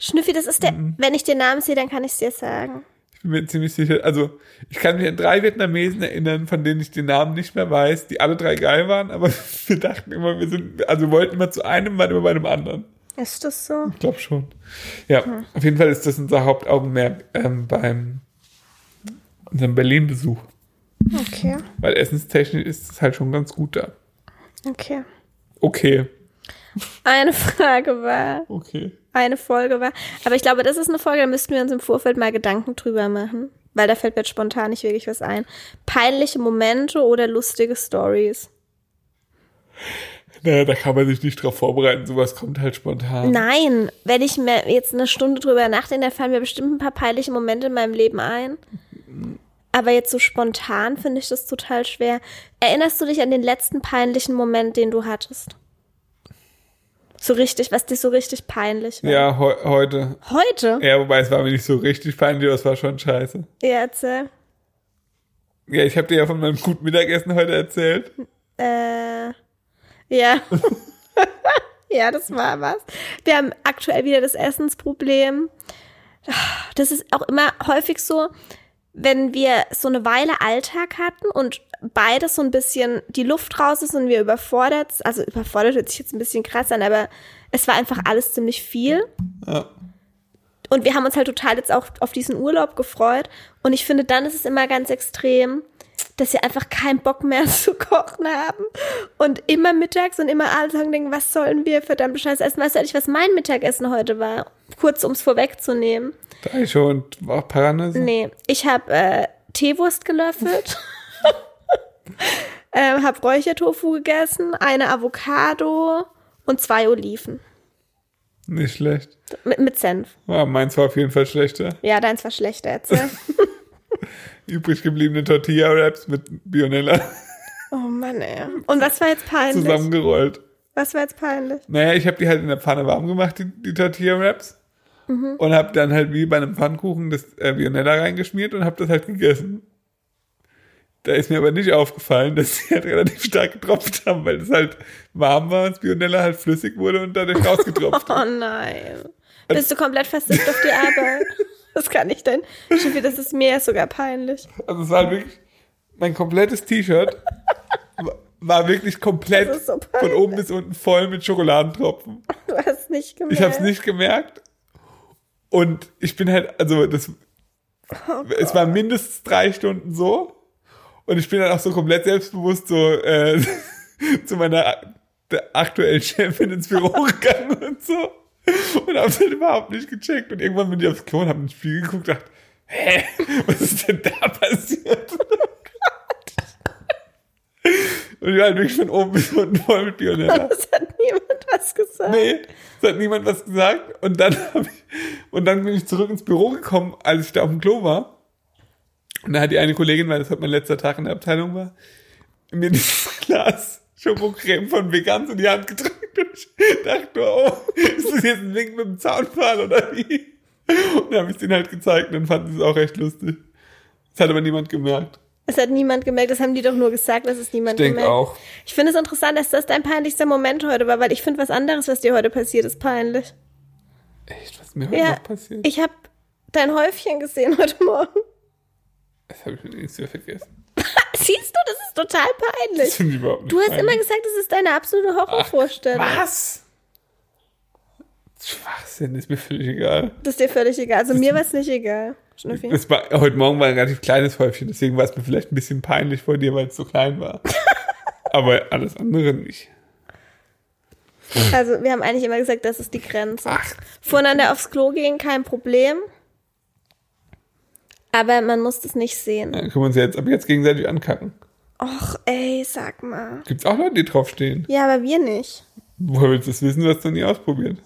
Speaker 1: Schnüffi, das ist der. Wenn ich den Namen sehe, dann kann ich es dir sagen.
Speaker 2: ich bin mir ziemlich sicher. Also ich kann mich an drei Vietnamesen erinnern, von denen ich den Namen nicht mehr weiß, die alle drei geil waren, aber wir dachten immer, wir sind, also wir wollten immer zu einem, waren immer bei einem anderen.
Speaker 1: Ist das so?
Speaker 2: Ich glaube schon. Ja, auf jeden Fall ist das unser Hauptaugenmerk ähm, beim unserem Berlin-Besuch.
Speaker 1: Okay.
Speaker 2: Weil essenstechnisch ist es halt schon ganz gut da.
Speaker 1: Okay.
Speaker 2: Okay.
Speaker 1: Eine Frage war.
Speaker 2: Okay.
Speaker 1: Eine Folge war. Aber ich glaube, das ist eine Folge, da müssten wir uns im Vorfeld mal Gedanken drüber machen. Weil da fällt mir jetzt spontan nicht wirklich was ein. Peinliche Momente oder lustige Stories?
Speaker 2: Naja, da kann man sich nicht drauf vorbereiten, sowas kommt halt spontan.
Speaker 1: Nein, wenn ich mir jetzt eine Stunde drüber nachdenke, dann fallen mir bestimmt ein paar peinliche Momente in meinem Leben ein. Aber jetzt so spontan finde ich das total schwer. Erinnerst du dich an den letzten peinlichen Moment, den du hattest? So richtig, was dir so richtig peinlich war?
Speaker 2: Ja, heu- heute.
Speaker 1: Heute?
Speaker 2: Ja, wobei es war mir nicht so richtig peinlich, aber es war schon scheiße.
Speaker 1: Ja, erzähl.
Speaker 2: Ja, ich habe dir ja von meinem guten Mittagessen heute erzählt.
Speaker 1: Äh, ja. ja, das war was. Wir haben aktuell wieder das Essensproblem. Das ist auch immer häufig so, wenn wir so eine Weile Alltag hatten und beides so ein bisschen die Luft raus ist und wir überfordert, also überfordert hört sich jetzt ein bisschen krass an, aber es war einfach alles ziemlich viel.
Speaker 2: Ja.
Speaker 1: Und wir haben uns halt total jetzt auch auf diesen Urlaub gefreut. Und ich finde, dann ist es immer ganz extrem, dass wir einfach keinen Bock mehr zu kochen haben. Und immer mittags und immer abends sagen, denken, was sollen wir verdammt scheiß essen? Weißt du eigentlich, was mein Mittagessen heute war? Kurz, ums vorwegzunehmen.
Speaker 2: Daicho und auch Paranüsse.
Speaker 1: Nee, ich habe äh, Teewurst gelöffelt. ähm, habe Räuchertofu gegessen, eine Avocado und zwei Oliven.
Speaker 2: Nicht schlecht.
Speaker 1: Mit, mit Senf.
Speaker 2: Ja, meins war auf jeden Fall schlechter.
Speaker 1: Ja, deins war schlechter, erzähl.
Speaker 2: Übrig gebliebene Tortilla-Wraps mit Bionella
Speaker 1: Oh Mann, ey. Und was war jetzt peinlich?
Speaker 2: zusammengerollt.
Speaker 1: Was war jetzt peinlich?
Speaker 2: Naja, ich habe die halt in der Pfanne warm gemacht, die, die Tortilla-Wraps.
Speaker 1: Mhm.
Speaker 2: Und habe dann halt wie bei einem Pfannkuchen das äh, Vionella reingeschmiert und habe das halt gegessen. Da ist mir aber nicht aufgefallen, dass sie halt relativ stark getropft haben, weil es halt warm war und das Vionella halt flüssig wurde und dadurch rausgetropft.
Speaker 1: Oh nein.
Speaker 2: Äh,
Speaker 1: Bist du komplett versifft auf die Arbeit? Das kann ich denn. Schiffi, das ist mir ja sogar peinlich.
Speaker 2: also es war halt wirklich, mein komplettes T-Shirt wa- war wirklich komplett
Speaker 1: Das ist so
Speaker 2: von
Speaker 1: peinlich.
Speaker 2: oben bis unten voll mit Schokoladentropfen.
Speaker 1: Du hast es nicht gemerkt.
Speaker 2: Ich habe es nicht gemerkt. Und ich bin halt, also das, es war mindestens drei Stunden so. Und ich bin dann auch so komplett selbstbewusst so äh, zu meiner der aktuellen Chefin ins Büro gegangen und so. Und hab's halt überhaupt nicht gecheckt. Und irgendwann bin ich aufs Klo und hab in den Spiegel geguckt und dachte, hä, was ist denn da passiert? und ich war halt wirklich von oben bis unten voll mit Pionella.
Speaker 1: Das hat niemand was gesagt.
Speaker 2: Nee, es hat niemand was gesagt. Und dann, hab ich, und dann bin ich zurück ins Büro gekommen, als ich da auf dem Klo war. Und da hat die eine Kollegin, weil das heute mein letzter Tag in der Abteilung war, mir dieses Glas Schokocreme von Veganz in die Hand gedrückt. Und ich dachte nur, oh, ist das jetzt ein Wink mit dem Zaunpfahl oder wie? Und dann habe ich es denen halt gezeigt und dann fanden sie es auch recht lustig. Das hat aber niemand gemerkt.
Speaker 1: Das hat niemand gemerkt. Das haben die doch nur gesagt, dass es niemand
Speaker 2: denk
Speaker 1: gemerkt
Speaker 2: auch.
Speaker 1: Ich finde es interessant, dass das dein peinlichster Moment heute war, weil ich finde, was anderes, was dir heute passiert, ist peinlich.
Speaker 2: Echt, was ist mir heute
Speaker 1: Ja,
Speaker 2: noch passiert?
Speaker 1: ich habe dein Häufchen gesehen heute Morgen.
Speaker 2: das habe ich mir nichts mehr vergessen.
Speaker 1: Siehst du, das ist total
Speaker 2: Das
Speaker 1: peinlich.
Speaker 2: finde ich überhaupt nicht
Speaker 1: Du hast
Speaker 2: peinlich.
Speaker 1: immer gesagt, das ist deine absolute Horrorvorstellung.
Speaker 2: Was? Schwachsinn, ist mir völlig egal.
Speaker 1: Das ist dir völlig egal. Also mir war es nicht egal. Schnüffi.
Speaker 2: Das war, heute Morgen war ein relativ kleines Häufchen, deswegen war es mir vielleicht ein bisschen peinlich vor dir, weil es so klein war. Aber alles andere nicht.
Speaker 1: Also wir haben eigentlich immer gesagt, das ist die Grenze.
Speaker 2: Ach,
Speaker 1: Voneinander aufs Klo gehen, kein Problem. Aber man muss das nicht sehen.
Speaker 2: dann können wir uns ja jetzt ab jetzt gegenseitig ankacken.
Speaker 1: Och, ey, sag mal.
Speaker 2: Gibt's auch Leute, die draufstehen?
Speaker 1: Ja, aber wir nicht.
Speaker 2: Woher willst du das wissen? Du hast es noch nie ausprobiert.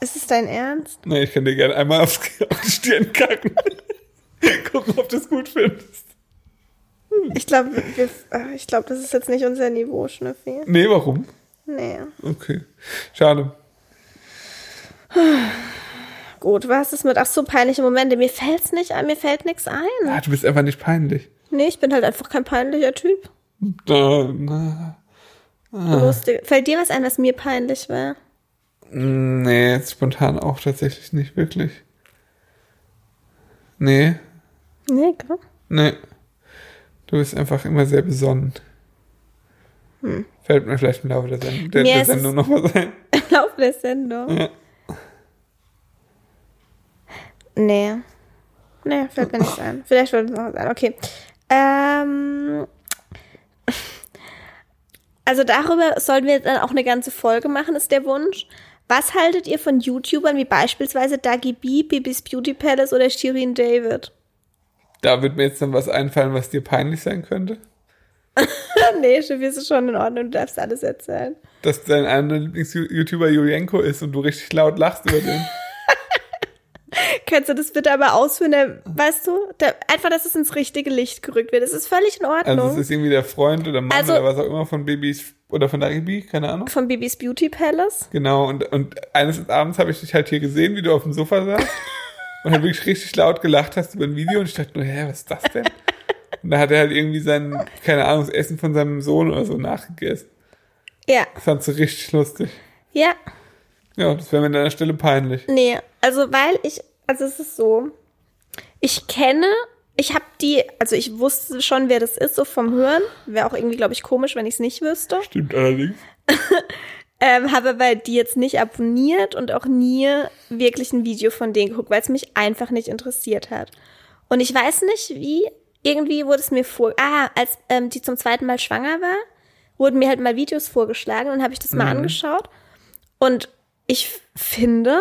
Speaker 1: Ist es dein Ernst?
Speaker 2: Na, ich kann dir gerne einmal aufs, auf die Stirn kacken. Gucken, ob du es gut findest.
Speaker 1: Ich glaube, wir- ach, ich glaube, das ist jetzt nicht unser Niveau, Schnüffi.
Speaker 2: Nee, warum?
Speaker 1: Nee.
Speaker 2: Okay. Schade.
Speaker 1: Gut, was ist mit, ach so, peinliche Momente. Mir fällt's nicht ein, mir fällt nichts ein.
Speaker 2: Ah, du bist einfach nicht peinlich.
Speaker 1: Nee, ich bin halt einfach kein peinlicher Typ.
Speaker 2: Da, na,
Speaker 1: Lustig. Fällt dir was ein, was mir peinlich war?
Speaker 2: nee, jetzt spontan auch tatsächlich nicht wirklich. Nee,
Speaker 1: Nee, gell?
Speaker 2: nee. Du bist einfach immer sehr besonnen. Fällt mir vielleicht im Laufe der, Send der,
Speaker 1: Mir
Speaker 2: der
Speaker 1: ist Hm. Hm. es-
Speaker 2: Sendung noch was ein.
Speaker 1: Im Laufe der Sendung.
Speaker 2: Ja.
Speaker 1: Nee. Nee, fällt mir nicht ein. Vielleicht fällt mir noch was ein. Okay. Ähm. Also darüber sollen wir dann auch eine ganze Folge machen, ist der Wunsch. Was haltet ihr von YouTubern wie beispielsweise Dagi B, Bibis Beauty Palace oder Shirin David?
Speaker 2: Da wird mir jetzt dann was einfallen, was dir peinlich sein könnte.
Speaker 1: nee, Schiff, wir sind schon in Ordnung, du darfst alles erzählen.
Speaker 2: Dass dein einer Lieblings-YouTuber Julienko ist und du richtig laut lachst über den.
Speaker 1: Kannst du das bitte aber ausführen, der, weißt du? Der, einfach, dass es ins richtige Licht gerückt wird. Das ist völlig in Ordnung.
Speaker 2: Also es ist irgendwie der Freund oder Mann
Speaker 1: Also-
Speaker 2: oder was auch immer von Babys oder von Daribi, keine Ahnung.
Speaker 1: von Bibis Beauty Palace.
Speaker 2: Genau, und, und eines Abends habe ich dich halt hier gesehen, wie du auf dem Sofa saßt und halt wirklich richtig laut gelacht hast über ein Video und ich dachte nur, hä, was ist das denn? Und da hat er halt irgendwie sein, keine Ahnung, das Essen von seinem Sohn oder so nachgegessen.
Speaker 1: Ja,
Speaker 2: Das fandst du richtig lustig.
Speaker 1: ja,
Speaker 2: Ja, das wäre mir an deiner Stelle peinlich.
Speaker 1: nee. Also, weil ich, also es ist so, ich kenne, ich habe die, also ich wusste schon, wer das ist, so vom Hören. Wäre auch irgendwie, glaube ich, komisch, wenn ich es nicht wüsste.
Speaker 2: Stimmt allerdings.
Speaker 1: Ähm, habe aber die jetzt nicht abonniert und auch nie wirklich ein Video von denen geguckt, weil es mich einfach nicht interessiert hat. Und ich weiß nicht, wie, irgendwie wurde es mir vor, ah, als ähm, die zum zweiten Mal schwanger war, wurden mir halt mal Videos vorgeschlagen und habe ich das mal angeschaut. Und ich f- finde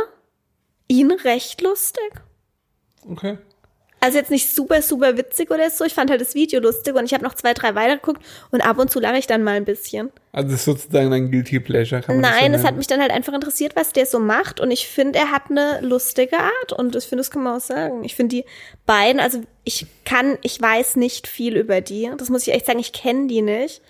Speaker 1: ihn recht lustig.
Speaker 2: Okay.
Speaker 1: Also jetzt nicht super, super witzig oder so. Ich fand halt das Video lustig und ich habe noch zwei, drei weitergeguckt und ab und zu lache ich dann mal ein bisschen.
Speaker 2: Also das ist sozusagen dein Guilty Pleasure, kann man das so
Speaker 1: Nein, es hat
Speaker 2: nennen.
Speaker 1: mich dann halt einfach interessiert, was der so macht. Und ich finde, er hat eine lustige Art. Und ich finde, das kann man auch sagen. Ich finde die beiden, also ich kann, ich weiß nicht viel über die. Das muss ich echt sagen, ich kenne die nicht.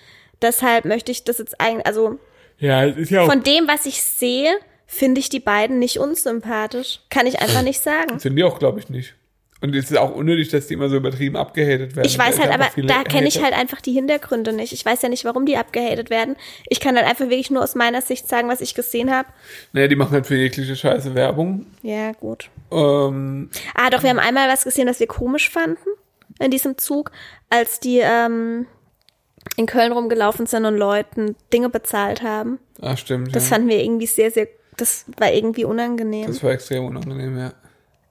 Speaker 1: Deshalb möchte ich das jetzt eigentlich, also
Speaker 2: Ja, es ist ja auch
Speaker 1: von dem, was ich sehe, finde ich die beiden nicht unsympathisch. Kann ich einfach nicht sagen.
Speaker 2: Sind die auch, glaube ich, nicht. Und es ist auch unnötig, dass die immer so übertrieben abgehatet werden.
Speaker 1: Ich weiß
Speaker 2: Da ist
Speaker 1: halt, aber
Speaker 2: einfach viele
Speaker 1: da kenne ich
Speaker 2: Hater.
Speaker 1: halt einfach die Hintergründe nicht. Ich weiß ja nicht, warum die abgehatet werden. Ich kann halt einfach wirklich nur aus meiner Sicht sagen, was ich gesehen habe.
Speaker 2: Naja, die machen halt für jegliche Scheiße Werbung.
Speaker 1: Ja, gut.
Speaker 2: Ähm,
Speaker 1: Ah, doch, wir haben einmal was gesehen, was wir komisch fanden in diesem Zug, als die ähm, in Köln rumgelaufen sind und Leuten Dinge bezahlt haben.
Speaker 2: ah, stimmt.
Speaker 1: Das
Speaker 2: ja.
Speaker 1: fanden wir irgendwie sehr, sehr, das war irgendwie unangenehm.
Speaker 2: das war extrem unangenehm, ja.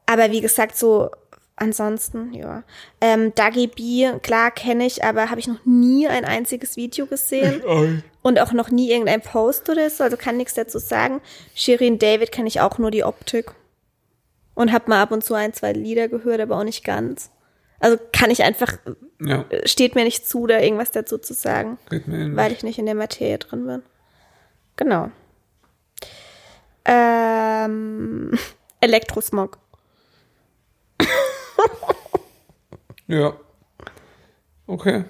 Speaker 1: aber wie gesagt, so ansonsten, ja. Ähm, Dagi B, klar kenne ich, aber habe ich noch nie ein einziges Video gesehen und auch noch nie irgendein Post oder so, also kann nichts dazu sagen. Shirin David kenne ich auch nur die Optik. Und habe mal ab und zu ein, zwei Lieder gehört, aber auch nicht ganz. Also kann ich einfach,
Speaker 2: Ja,
Speaker 1: äh, steht mir nicht zu, da irgendwas dazu zu sagen,
Speaker 2: geht mir hin.
Speaker 1: weil ich nicht in der Materie drin bin. Genau. Ähm, Elektrosmog.
Speaker 2: Ja. Okay.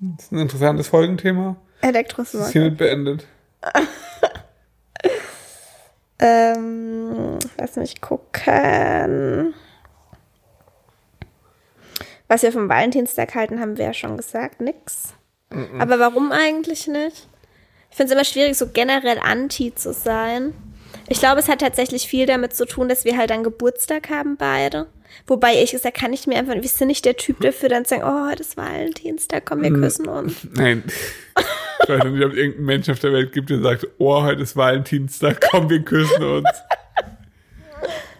Speaker 2: Das ist ein interessantes Folgenthema. Das ist
Speaker 1: Elektrosmog.
Speaker 2: hiermit beendet.
Speaker 1: Ähm, lass mich gucken. Was wir vom Valentinstag halten, haben wir ja schon gesagt. Nix. Aber warum eigentlich nicht? Ich finde es immer schwierig, so generell anti zu sein. Ich glaube, es hat tatsächlich viel damit zu tun, dass wir halt einen Geburtstag haben beide. Wobei, ehrlich gesagt, kann ich mir einfach, wir sind nicht der Typ dafür, dann zu sagen, oh, heute ist Valentinstag, komm, wir küssen uns.
Speaker 2: Nein. Ich weiß nicht, ob es irgendeinen Menschen auf der Welt gibt, der sagt, oh, heute ist Valentinstag, komm, wir küssen uns.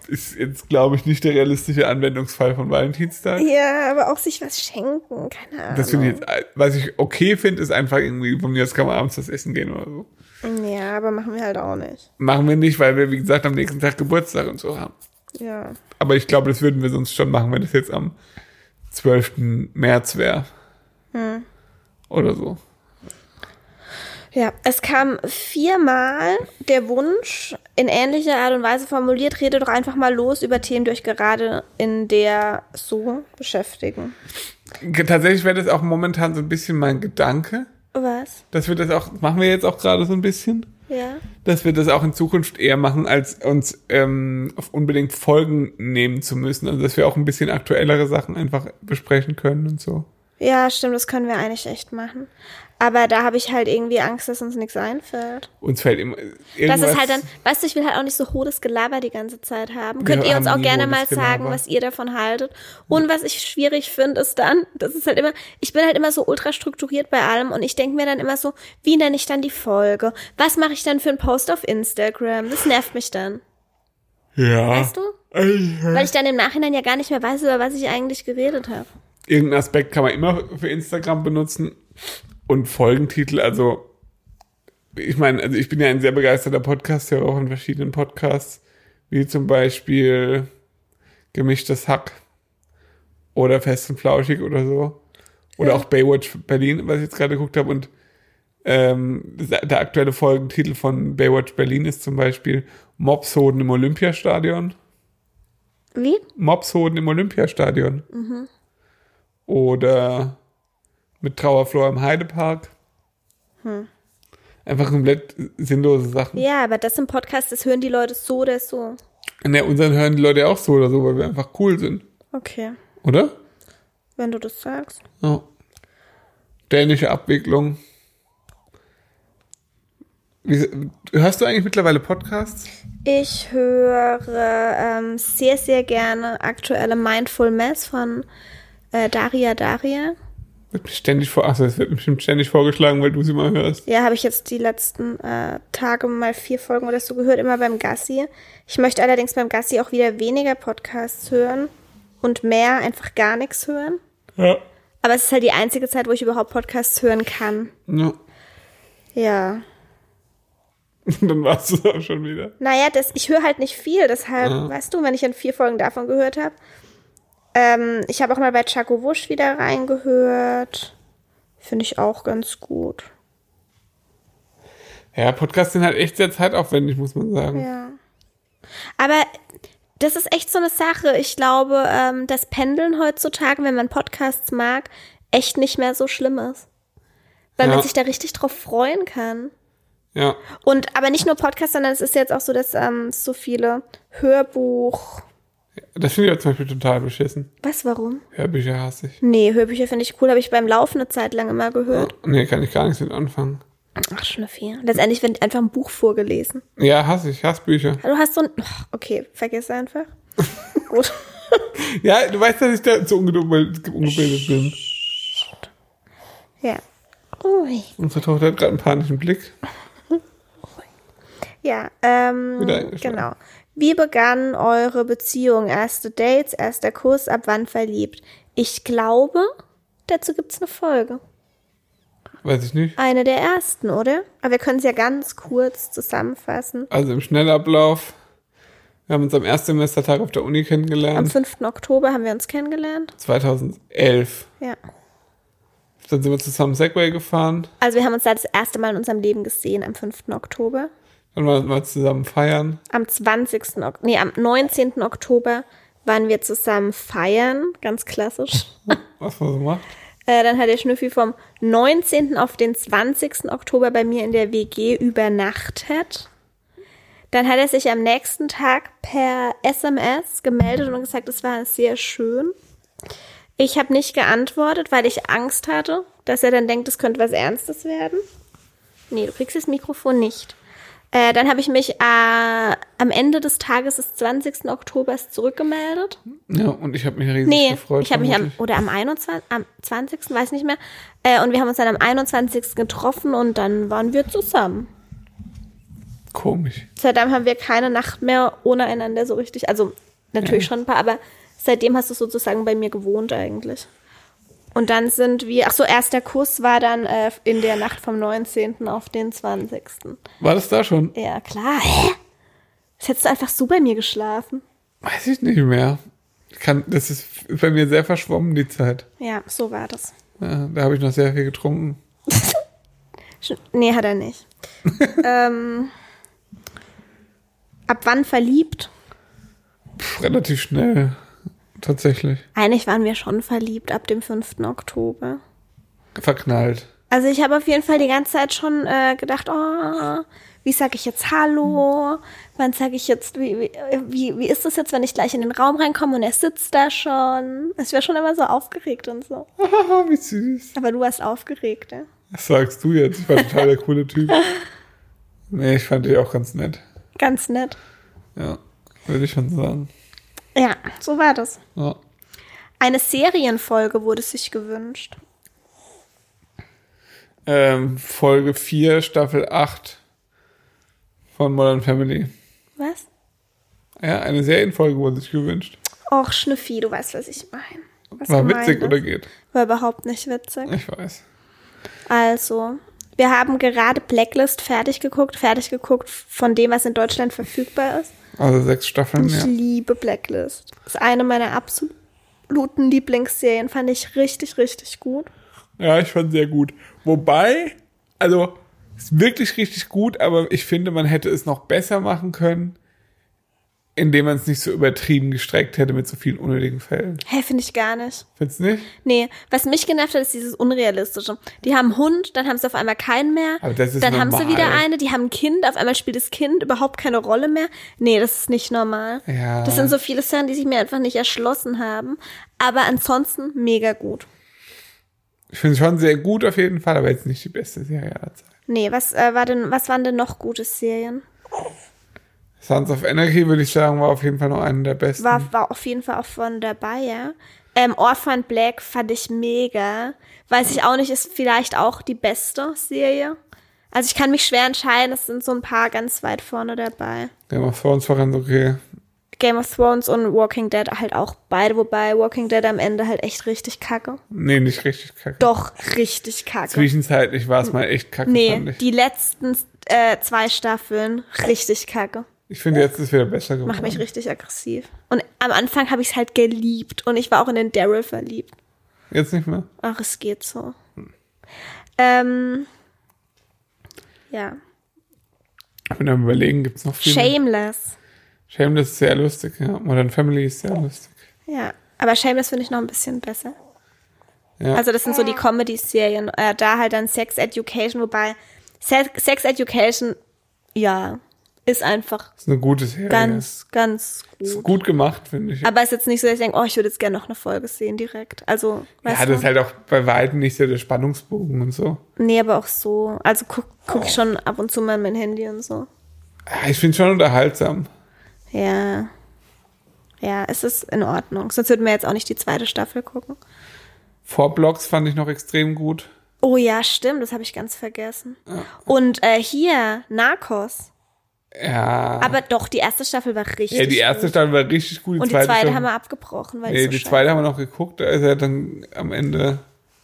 Speaker 2: Ist jetzt, glaube ich, nicht der realistische Anwendungsfall von Valentinstag.
Speaker 1: Ja, aber auch sich was schenken, keine Ahnung.
Speaker 2: Das finde ich jetzt, was ich okay finde, ist einfach irgendwie, von mir aus kann man abends was essen gehen oder so.
Speaker 1: ja, aber machen wir halt auch nicht.
Speaker 2: Machen wir nicht, weil wir, wie gesagt, am nächsten Tag Geburtstag und so haben.
Speaker 1: Ja.
Speaker 2: Aber ich glaube, das würden wir sonst schon machen, wenn das jetzt am 12. März wäre.
Speaker 1: Hm.
Speaker 2: Oder so.
Speaker 1: Ja, es kam viermal der Wunsch, in ähnlicher Art und Weise formuliert, rede doch einfach mal los über Themen, die euch gerade in der so beschäftigen.
Speaker 2: Tatsächlich wäre das auch momentan so ein bisschen mein Gedanke,
Speaker 1: Was?
Speaker 2: dass wir das auch, machen wir jetzt auch gerade so ein bisschen,
Speaker 1: Ja.
Speaker 2: dass wir das auch in Zukunft eher machen, als uns ähm, auf unbedingt Folgen nehmen zu müssen. Also dass wir auch ein bisschen aktuellere Sachen einfach besprechen können und so.
Speaker 1: Ja, stimmt, das können wir eigentlich echt machen. Aber da habe ich halt irgendwie Angst, dass uns nichts einfällt.
Speaker 2: Uns fällt immer
Speaker 1: Das
Speaker 2: irgendwas.
Speaker 1: ist halt dann, weißt du, ich will halt auch nicht so hodes Gelaber die ganze Zeit haben. Könnt
Speaker 2: Wir
Speaker 1: ihr uns
Speaker 2: haben
Speaker 1: auch
Speaker 2: nie
Speaker 1: gerne
Speaker 2: hohles
Speaker 1: mal sagen,
Speaker 2: Gelaber.
Speaker 1: was ihr davon haltet. Und was ich schwierig finde, ist dann, das ist halt immer, ich bin halt immer so ultra strukturiert bei allem und ich denke mir dann immer so, wie nenne ich dann die Folge? Was mache ich dann für einen Post auf Instagram? Das nervt mich dann,
Speaker 2: ja.
Speaker 1: weißt du? Weil ich dann im Nachhinein ja gar nicht mehr weiß, über was ich eigentlich geredet habe.
Speaker 2: irgendeinen Aspekt kann man immer für Instagram benutzen. Und Folgentitel, also ich meine, also ich bin ja ein sehr begeisterter Podcast, höre auch in verschiedenen Podcasts, wie zum Beispiel Gemischtes Hack oder Fest und Flauschig oder so. Oder auch Baywatch Berlin, was ich jetzt gerade geguckt habe. Und ähm, der aktuelle Folgentitel von Baywatch Berlin ist zum Beispiel Mobshoden im Olympiastadion.
Speaker 1: Wie?
Speaker 2: Mobshoden im Olympiastadion. Oder mit Trauerflor im Heidepark. Einfach komplett sinnlose Sachen.
Speaker 1: Ja, aber das im Podcast, das hören die Leute so oder so.
Speaker 2: Na, unseren hören die Leute ja auch so oder so, weil wir einfach cool sind.
Speaker 1: Okay,
Speaker 2: Oder?
Speaker 1: wenn du das sagst.
Speaker 2: Ja. Dänische Abwicklung. Wie, hörst du eigentlich mittlerweile Podcasts?
Speaker 1: Ich höre ähm, sehr, sehr gerne aktuelle Mindful Mess von äh, Daria Daria.
Speaker 2: Wird mir ständig vor, ach, so, es wird mir bestimmt ständig vorgeschlagen, weil du sie mal hörst.
Speaker 1: Ja, habe ich jetzt die letzten äh, Tage mal vier Folgen oder so gehört, immer beim Gassi. Ich möchte allerdings beim Gassi auch wieder weniger Podcasts hören und mehr einfach gar nichts hören.
Speaker 2: Ja.
Speaker 1: Aber es ist halt die einzige Zeit, wo ich überhaupt Podcasts hören kann.
Speaker 2: ja.
Speaker 1: Ja.
Speaker 2: Dann warst du es auch schon wieder.
Speaker 1: Naja, das, ich höre halt nicht viel, deshalb,
Speaker 2: Ja.
Speaker 1: weißt du, wenn ich in vier Folgen davon gehört habe. Ähm, ich habe auch mal bei Chaco Wusch wieder reingehört. Finde ich auch ganz gut.
Speaker 2: Ja, Podcasts sind halt echt sehr zeitaufwendig, muss man sagen.
Speaker 1: Ja. Aber das ist echt so eine Sache. Ich glaube, ähm, das Pendeln heutzutage, wenn man Podcasts mag, echt nicht mehr so schlimm ist. Weil man
Speaker 2: Ja.
Speaker 1: sich da richtig drauf freuen kann.
Speaker 2: Ja,
Speaker 1: Und aber nicht nur Podcasts, sondern es ist jetzt auch so, dass ähm, so viele Hörbuch.
Speaker 2: das finde ich aber zum Beispiel total beschissen.
Speaker 1: Was, warum?
Speaker 2: Hörbücher hasse ich.
Speaker 1: Nee, Hörbücher finde ich cool, habe ich beim Laufen eine Zeit lang immer gehört.
Speaker 2: Nee, kann ich gar nichts mit anfangen.
Speaker 1: Ach, schon eine Vier. Letztendlich wird einfach ein Buch vorgelesen.
Speaker 2: Ja, hasse ich, Hassbücher.
Speaker 1: Du hast so ein. Ach, Okay, vergiss einfach. Gut.
Speaker 2: Ja, du weißt, dass ich da so ungebildet, ungebildet bin.
Speaker 1: Ja. Ruhig.
Speaker 2: Unsere Tochter hat gerade einen panischen Blick.
Speaker 1: Ja, ähm,
Speaker 2: Wieder eingeschlafen.
Speaker 1: genau. Wie begann eure Beziehung? Erste Dates, erster Kuss, ab wann verliebt? Ich glaube, dazu gibt's eine Folge.
Speaker 2: Weiß ich nicht.
Speaker 1: Eine der ersten, oder? Aber wir können es ja ganz kurz zusammenfassen.
Speaker 2: Also im Schnellablauf. Wir haben uns am Erstsemestertag auf der Uni
Speaker 1: Am
Speaker 2: kennengelernt.
Speaker 1: 5. Oktober haben wir uns kennengelernt.
Speaker 2: 2011.
Speaker 1: Ja.
Speaker 2: Dann sind wir zusammen Segway gefahren.
Speaker 1: Also wir haben uns da das erste Mal in unserem Leben gesehen am 5. Oktober.
Speaker 2: Dann waren wir mal zusammen feiern.
Speaker 1: Am 20. Ok nee, am 19. Oktober waren wir zusammen feiern, ganz klassisch.
Speaker 2: Was man so macht.
Speaker 1: äh, dann hat der Schnüffi vom 19. auf den 20. Oktober bei mir in der WG übernachtet. Dann hat er sich am nächsten Tag per SMS gemeldet und gesagt, es war sehr schön. Ich habe nicht geantwortet, weil ich Angst hatte, dass er dann denkt, es könnte was Ernstes werden. Nee, du kriegst das Mikrofon nicht. Äh, dann habe ich mich äh, am Ende des Tages des 20. Oktobers zurückgemeldet.
Speaker 2: Ja, und ich habe mich riesig
Speaker 1: Nee,
Speaker 2: gefreut.
Speaker 1: ich habe mich am,
Speaker 2: vermutlich.
Speaker 1: oder am 21., am 20., weiß nicht mehr. Äh, und wir haben uns dann am 21. getroffen und dann waren wir zusammen.
Speaker 2: Komisch.
Speaker 1: Seitdem haben wir keine Nacht mehr ohne einander so richtig. Also natürlich schon ein paar, aber seitdem hast du sozusagen bei mir gewohnt eigentlich. Und dann sind wir, ach so, erster Kuss war dann äh, in der Nacht vom 19. auf den 20.
Speaker 2: War das da schon?
Speaker 1: Ja, klar. Hä? Das hättest du einfach so bei mir geschlafen.
Speaker 2: Weiß ich nicht mehr. Ich Kann, das ist bei mir sehr verschwommen, die Zeit.
Speaker 1: Ja, so war das.
Speaker 2: Ja, da habe ich noch sehr viel getrunken.
Speaker 1: Sch- Nee, hat er nicht. ähm, Ab wann verliebt?
Speaker 2: Pff, relativ schnell. Tatsächlich.
Speaker 1: Eigentlich waren wir schon verliebt ab dem 5. Oktober.
Speaker 2: Verknallt.
Speaker 1: Also ich habe auf jeden Fall die ganze Zeit schon äh, gedacht, oh, wie sage ich jetzt Hallo? Wann sage ich jetzt, wie, wie, wie, wie ist das jetzt, wenn ich gleich in den Raum reinkomme und er sitzt da schon? Es wäre schon immer so aufgeregt und so.
Speaker 2: Haha, wie süß.
Speaker 1: Aber du warst aufgeregt, ja?
Speaker 2: Was sagst du jetzt? Ich war total der coole Typ. Nee, ich fand dich auch ganz nett.
Speaker 1: Ganz nett.
Speaker 2: Ja, würde ich schon sagen.
Speaker 1: Ja, so war das.
Speaker 2: Ja.
Speaker 1: Eine Serienfolge wurde sich gewünscht.
Speaker 2: Ähm, Folge 4, Staffel 8 von Modern Family.
Speaker 1: Was?
Speaker 2: Ja, eine Serienfolge wurde sich gewünscht.
Speaker 1: Och, Schnüffi, du weißt, was ich meine. Was
Speaker 2: War
Speaker 1: gemein ne?
Speaker 2: witzig
Speaker 1: ist.
Speaker 2: oder geht?
Speaker 1: War überhaupt nicht witzig.
Speaker 2: Ich weiß.
Speaker 1: Also, wir haben gerade Blacklist fertig geguckt, fertig geguckt von dem, was in Deutschland verfügbar ist.
Speaker 2: Also sechs Staffeln,
Speaker 1: Ich
Speaker 2: ja.
Speaker 1: liebe Blacklist. Ist eine meiner absoluten Lieblingsserien. Fand ich richtig, richtig gut.
Speaker 2: Ja, ich fand sehr gut. Wobei, also, ist wirklich richtig gut, aber ich finde, man hätte es noch besser machen können, indem man es nicht so übertrieben gestreckt hätte mit so vielen unnötigen Fällen.
Speaker 1: Hä, finde ich gar nicht.
Speaker 2: Findest du nicht?
Speaker 1: Nee, was mich genervt hat, ist dieses Unrealistische. Die haben einen Hund, dann haben sie auf einmal keinen mehr.
Speaker 2: Aber das ist
Speaker 1: dann haben sie
Speaker 2: normal.
Speaker 1: wieder eine, die haben ein Kind, auf einmal spielt das Kind überhaupt keine Rolle mehr. Nee, das ist nicht normal.
Speaker 2: Ja.
Speaker 1: Das sind so viele Sachen, die sich mir einfach nicht erschlossen haben. Aber ansonsten mega gut.
Speaker 2: Ich finde es schon sehr gut auf jeden Fall, aber jetzt nicht die beste Serie aller Zeiten.
Speaker 1: Nee, was, äh, war denn, was waren denn noch gute Serien?
Speaker 2: Sons of Energy, würde ich sagen, war auf jeden Fall noch eine der besten.
Speaker 1: War, war auf jeden Fall auch von dabei, ja. Ähm, Orphan Black fand ich mega. Weiß ich auch nicht, ist vielleicht auch die beste Serie. Also ich kann mich schwer entscheiden, es sind so ein paar ganz weit vorne dabei.
Speaker 2: Game of Thrones war ganz okay.
Speaker 1: Game of Thrones und Walking Dead halt auch beide, wobei Walking Dead am Ende halt echt richtig kacke.
Speaker 2: Nee, nicht richtig kacke.
Speaker 1: Doch, richtig kacke.
Speaker 2: Zwischenzeitlich war es mal echt kacke, fand
Speaker 1: Nee,
Speaker 2: ich.
Speaker 1: die letzten äh, zwei Staffeln richtig kacke.
Speaker 2: Ich finde, jetzt ist wieder besser geworden.
Speaker 1: Macht mich richtig aggressiv. Und am Anfang habe ich es halt geliebt und ich war auch in den Daryl verliebt.
Speaker 2: Jetzt nicht mehr?
Speaker 1: Ach, es geht so.
Speaker 2: Hm.
Speaker 1: Ähm, ja.
Speaker 2: Ich bin am überlegen, gibt es noch viel mehr?
Speaker 1: Shameless.
Speaker 2: Shameless ist sehr lustig, ja. Modern Family ist sehr lustig.
Speaker 1: Ja. Aber Shameless finde ich noch ein bisschen besser.
Speaker 2: Ja.
Speaker 1: Also, das sind so die Comedy-Serien. Äh, da halt dann Sex Education, wobei Se Sex Education, ja, ist einfach
Speaker 2: ist eine gute Serie.
Speaker 1: ganz, ganz
Speaker 2: ist
Speaker 1: gut.
Speaker 2: gut gemacht, finde ich.
Speaker 1: Aber es ist jetzt nicht so, dass ich denke, oh, ich würde jetzt gerne noch eine Folge sehen direkt. Also, weißt
Speaker 2: ja,
Speaker 1: du?
Speaker 2: das ist halt auch bei weitem nicht so der Spannungsbogen und so.
Speaker 1: nee, aber auch so. Also, guck, guck ich
Speaker 2: Oh.
Speaker 1: schon ab und zu mal in mein Handy und so.
Speaker 2: Ja, Ah, Ich finde es schon unterhaltsam.
Speaker 1: Ja. Ja, es ist in Ordnung. Sonst würden wir jetzt auch nicht die zweite Staffel gucken.
Speaker 2: Four Blocks fand ich noch extrem gut.
Speaker 1: Oh ja, stimmt, das habe ich ganz vergessen. Und äh, hier, Narcos.
Speaker 2: Ja.
Speaker 1: Aber doch, die erste Staffel war richtig.
Speaker 2: ja, die erste
Speaker 1: gut.
Speaker 2: Staffel war richtig gut. Die
Speaker 1: Und die
Speaker 2: zweite,
Speaker 1: zweite
Speaker 2: Staffel-
Speaker 1: haben wir abgebrochen, weil
Speaker 2: Nee,
Speaker 1: die
Speaker 2: die
Speaker 1: so zweite.
Speaker 2: zweite haben wir noch geguckt. Da ist er dann am Ende.